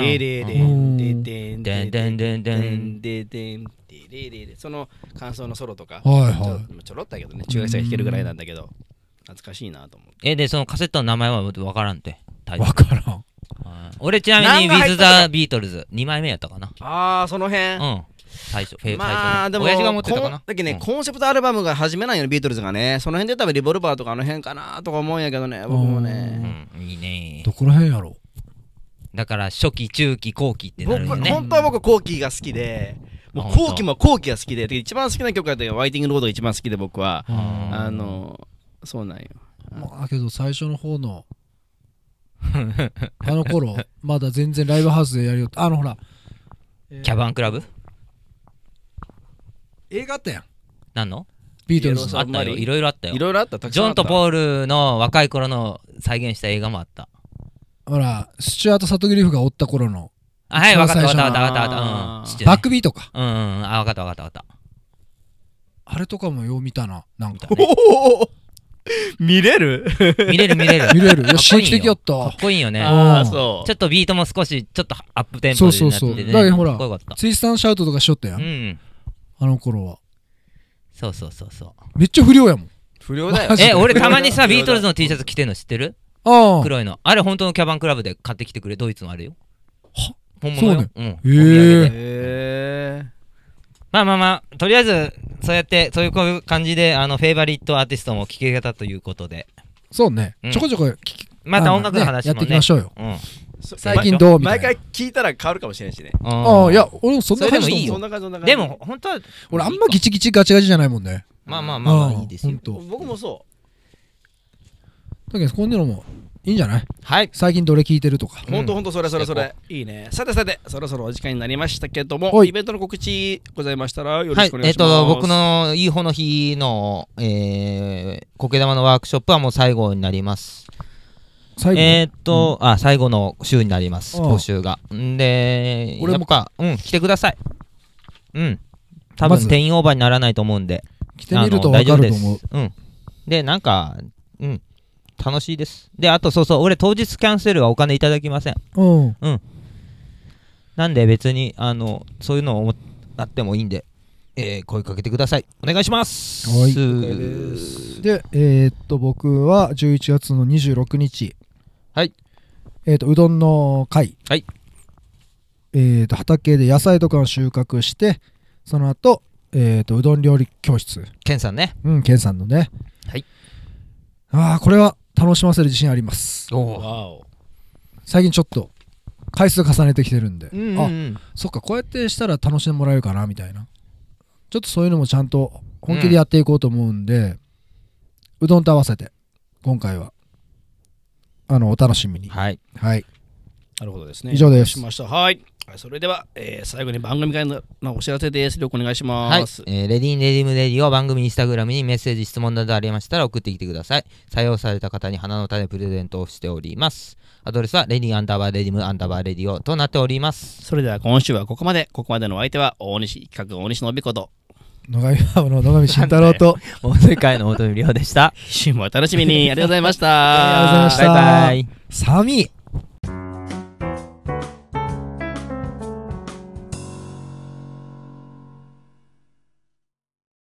[SPEAKER 1] ー
[SPEAKER 3] ー
[SPEAKER 1] デレレレ
[SPEAKER 2] うん
[SPEAKER 1] デデン
[SPEAKER 3] で
[SPEAKER 1] デ
[SPEAKER 3] ん
[SPEAKER 1] デン
[SPEAKER 3] でんでんで
[SPEAKER 1] デ
[SPEAKER 3] ん
[SPEAKER 1] ンデデンデレレレその感想のソロとか
[SPEAKER 2] はい
[SPEAKER 1] ちょ
[SPEAKER 2] は
[SPEAKER 1] ちょろったけどね中学生が弾けるぐらいなんだけど懐かしいなと思って
[SPEAKER 3] えでそのカセットの名前はわからんってタイ
[SPEAKER 2] い
[SPEAKER 3] トル
[SPEAKER 2] わからん
[SPEAKER 3] はい俺ちなみ
[SPEAKER 1] 何
[SPEAKER 3] に「
[SPEAKER 1] が
[SPEAKER 3] With
[SPEAKER 1] 入
[SPEAKER 3] the
[SPEAKER 1] ったか
[SPEAKER 3] Beatles」2枚目やったかな
[SPEAKER 1] ああその辺
[SPEAKER 3] うん最初フェイ
[SPEAKER 1] まあ
[SPEAKER 3] 最初ね
[SPEAKER 1] でも
[SPEAKER 3] 親父が持ってた
[SPEAKER 1] こ
[SPEAKER 3] か
[SPEAKER 1] ん
[SPEAKER 3] な
[SPEAKER 1] だけ
[SPEAKER 3] う
[SPEAKER 1] ね
[SPEAKER 3] ん
[SPEAKER 1] コンセプトアルバムが始めないよねビートルズがねその辺で多分リボルバーとかあの辺かなとか思うんやけどね僕も
[SPEAKER 2] う
[SPEAKER 1] ね
[SPEAKER 3] うんいいね
[SPEAKER 2] どこら辺やろ
[SPEAKER 3] だから初期中期後期ってな
[SPEAKER 1] 僕
[SPEAKER 3] るよね
[SPEAKER 1] 本当は僕コーキーが好きでもう
[SPEAKER 3] あ本当
[SPEAKER 1] コーキーもコーキーが好きでで一番好きな曲だったらワイティングロードが一番好きで僕は
[SPEAKER 2] う
[SPEAKER 3] うん
[SPEAKER 1] あのそうなんよ
[SPEAKER 2] まあけど最初の方
[SPEAKER 3] [laughs]
[SPEAKER 2] のあの頃まだ全然ライブハウスでやるよあのほら
[SPEAKER 3] キャバンクラブ
[SPEAKER 2] 映画あったやん
[SPEAKER 3] なんの
[SPEAKER 2] ビートルズ
[SPEAKER 1] そう
[SPEAKER 2] の
[SPEAKER 3] あった
[SPEAKER 1] あんま
[SPEAKER 3] よ
[SPEAKER 1] り
[SPEAKER 3] いろいろあったよ
[SPEAKER 1] いろいろあったたく
[SPEAKER 3] ジ
[SPEAKER 1] さん
[SPEAKER 3] ョ
[SPEAKER 1] あ
[SPEAKER 3] ン
[SPEAKER 1] った
[SPEAKER 3] とポールの若い頃の再現した映画もあった
[SPEAKER 2] ほらスチュアート・サトグリフがおった頃の
[SPEAKER 3] あはいわかったわかったわ
[SPEAKER 2] 一番最初の
[SPEAKER 3] かったわかった
[SPEAKER 1] あー
[SPEAKER 3] うん知ってる
[SPEAKER 2] バックビートか
[SPEAKER 3] うんうんうんあわかったわかったわかっ
[SPEAKER 2] あれとかもよう見たななんか
[SPEAKER 3] たね
[SPEAKER 1] おお [laughs] 見れる
[SPEAKER 3] 見れる見
[SPEAKER 2] [laughs]
[SPEAKER 3] れる
[SPEAKER 2] 見れ
[SPEAKER 3] [laughs]
[SPEAKER 2] るいや
[SPEAKER 3] かっこいいよ
[SPEAKER 2] 刺激的やっ
[SPEAKER 3] かったこいいよね
[SPEAKER 1] ああ
[SPEAKER 2] うん
[SPEAKER 1] そう
[SPEAKER 3] ちょっとビートも少しちょっとアップテンポでなって
[SPEAKER 2] そうそう
[SPEAKER 3] て
[SPEAKER 2] そう
[SPEAKER 3] ね
[SPEAKER 2] だけどほら
[SPEAKER 3] かっこよかった
[SPEAKER 2] ツイスタンシャウトとかしよったや
[SPEAKER 3] うんん
[SPEAKER 2] あの頃は
[SPEAKER 3] そうそうそうそう
[SPEAKER 2] めっちゃ不良やもん
[SPEAKER 1] 不良だよ
[SPEAKER 2] マジで
[SPEAKER 3] え、俺たまにさ、
[SPEAKER 1] 不良
[SPEAKER 3] ビ
[SPEAKER 1] だ
[SPEAKER 3] ートルズの T シャツ着てんの知ってる
[SPEAKER 2] ああ
[SPEAKER 3] 黒いの。あれ本当のキャバンクラブで買ってきてくれ。ドイツのあれよ。
[SPEAKER 2] は
[SPEAKER 3] 本物
[SPEAKER 2] そ
[SPEAKER 3] よ。
[SPEAKER 2] う
[SPEAKER 3] うん。
[SPEAKER 2] へえ
[SPEAKER 3] お土産で
[SPEAKER 1] へ
[SPEAKER 3] まあまあまあ、とりあえず、そうやって、そういうこういう感じで、あの、フェイバリットアーティストも聴け方ということで。
[SPEAKER 2] そうね
[SPEAKER 3] うん
[SPEAKER 2] ちょこちょこ聞き
[SPEAKER 3] また音楽の話
[SPEAKER 2] あ
[SPEAKER 3] も
[SPEAKER 2] のねやっていきま
[SPEAKER 3] ね。
[SPEAKER 2] しょうよ
[SPEAKER 3] うん。
[SPEAKER 1] ー
[SPEAKER 2] 最近どうみたい
[SPEAKER 1] 毎
[SPEAKER 2] な
[SPEAKER 1] 回聞いたら変わるかもしれないしね
[SPEAKER 2] ああいや俺もそんな感
[SPEAKER 3] そ
[SPEAKER 2] じ
[SPEAKER 3] れでもいい
[SPEAKER 2] だ
[SPEAKER 1] そ
[SPEAKER 3] よ
[SPEAKER 2] も
[SPEAKER 1] ん
[SPEAKER 2] ん
[SPEAKER 1] な感じそんな感じ
[SPEAKER 3] でも、本当は、
[SPEAKER 2] 俺あんまギチギチガチガチじゃないもんね
[SPEAKER 3] まあまあまあまあ、
[SPEAKER 2] うん
[SPEAKER 3] いいですよ。
[SPEAKER 2] ほんと
[SPEAKER 1] 僕もそ
[SPEAKER 2] だけどこういうのもいいんじゃない
[SPEAKER 1] はい
[SPEAKER 2] 最近どれ聞いてるとか。
[SPEAKER 1] ほんとほんとそれそれそ
[SPEAKER 5] うん
[SPEAKER 1] れいいねさてさてそろそろお時間になりましたけども
[SPEAKER 2] はい
[SPEAKER 1] イベントの告知ございましたらよろ
[SPEAKER 3] は
[SPEAKER 1] し
[SPEAKER 3] い
[SPEAKER 1] くお、願
[SPEAKER 3] え
[SPEAKER 1] い
[SPEAKER 3] っ、
[SPEAKER 1] します
[SPEAKER 3] と、僕のいい方の日の、えー、苔玉のワークショップはもう最後になります。
[SPEAKER 2] 最後、
[SPEAKER 3] えーっと、あ、最後の週になります、
[SPEAKER 2] ああ
[SPEAKER 3] 募集が。んで、
[SPEAKER 2] 俺も
[SPEAKER 3] か、うん、来てください。うん。多
[SPEAKER 2] ま
[SPEAKER 3] 分、
[SPEAKER 2] ず
[SPEAKER 3] 定員オーバーにならないと思うんで、
[SPEAKER 2] 来てみると
[SPEAKER 3] あの
[SPEAKER 2] 分か
[SPEAKER 3] 大丈夫
[SPEAKER 2] る
[SPEAKER 3] で
[SPEAKER 2] と思う
[SPEAKER 3] す。うん。で、なんか、うん、楽しいです。で、あと、そうそう、俺、当日キャンセルはお金いただきません。
[SPEAKER 2] うん。
[SPEAKER 3] なんで、別に、あの、そういうのを思っあってもいいんで、えー声かけてください。お願いします。
[SPEAKER 2] はい
[SPEAKER 3] す
[SPEAKER 2] で、えーっと、僕は11月の26日。
[SPEAKER 3] はい。
[SPEAKER 2] えーっと、うどんの会。
[SPEAKER 3] はい。
[SPEAKER 2] えーっと、畑で野菜とかを収穫して、その後、えーっと、うどん料理教室。
[SPEAKER 3] ケンさんね。
[SPEAKER 2] うん、ケンさんのね。
[SPEAKER 3] はい。
[SPEAKER 2] ああ、これは楽しませる自信あります。
[SPEAKER 1] わお
[SPEAKER 2] 最近ちょっと、回数重ねてきてるんで。
[SPEAKER 3] うんうんう
[SPEAKER 2] あ、
[SPEAKER 3] ん。
[SPEAKER 2] そっか、こうやってしたら楽しんでもらえるかな、みたいな。ちょっとそういうのもちゃんと本気でやっていこうと思うんで、うどんと合わせて、今回は、あの、お楽しみに。
[SPEAKER 3] はい。
[SPEAKER 2] はい。
[SPEAKER 1] なるほどですね
[SPEAKER 2] 以上です
[SPEAKER 1] わかりましたはいはいそれではえー最後に番組からののお知らせですよろしくお願いし
[SPEAKER 3] はい
[SPEAKER 1] ます、
[SPEAKER 3] えーレディーンレディムレディを番組インスタグラムにメッセージ質問などありましたら送ってきてください採用された方に花の種プレゼントをしておりますアドレスはレディーンアンダーバーレディムアンダーバーレディオとなっており [laughs] ます
[SPEAKER 1] それでは今週はここまでここまでのお相手は大西企画大西のびこと
[SPEAKER 2] 野上 [laughs] 青の野上慎太郎と、
[SPEAKER 3] 大世界の乙女亮でした
[SPEAKER 1] 週もお楽しみにありがとうございました
[SPEAKER 2] ありがとうございました
[SPEAKER 3] バイバイ
[SPEAKER 2] 寒い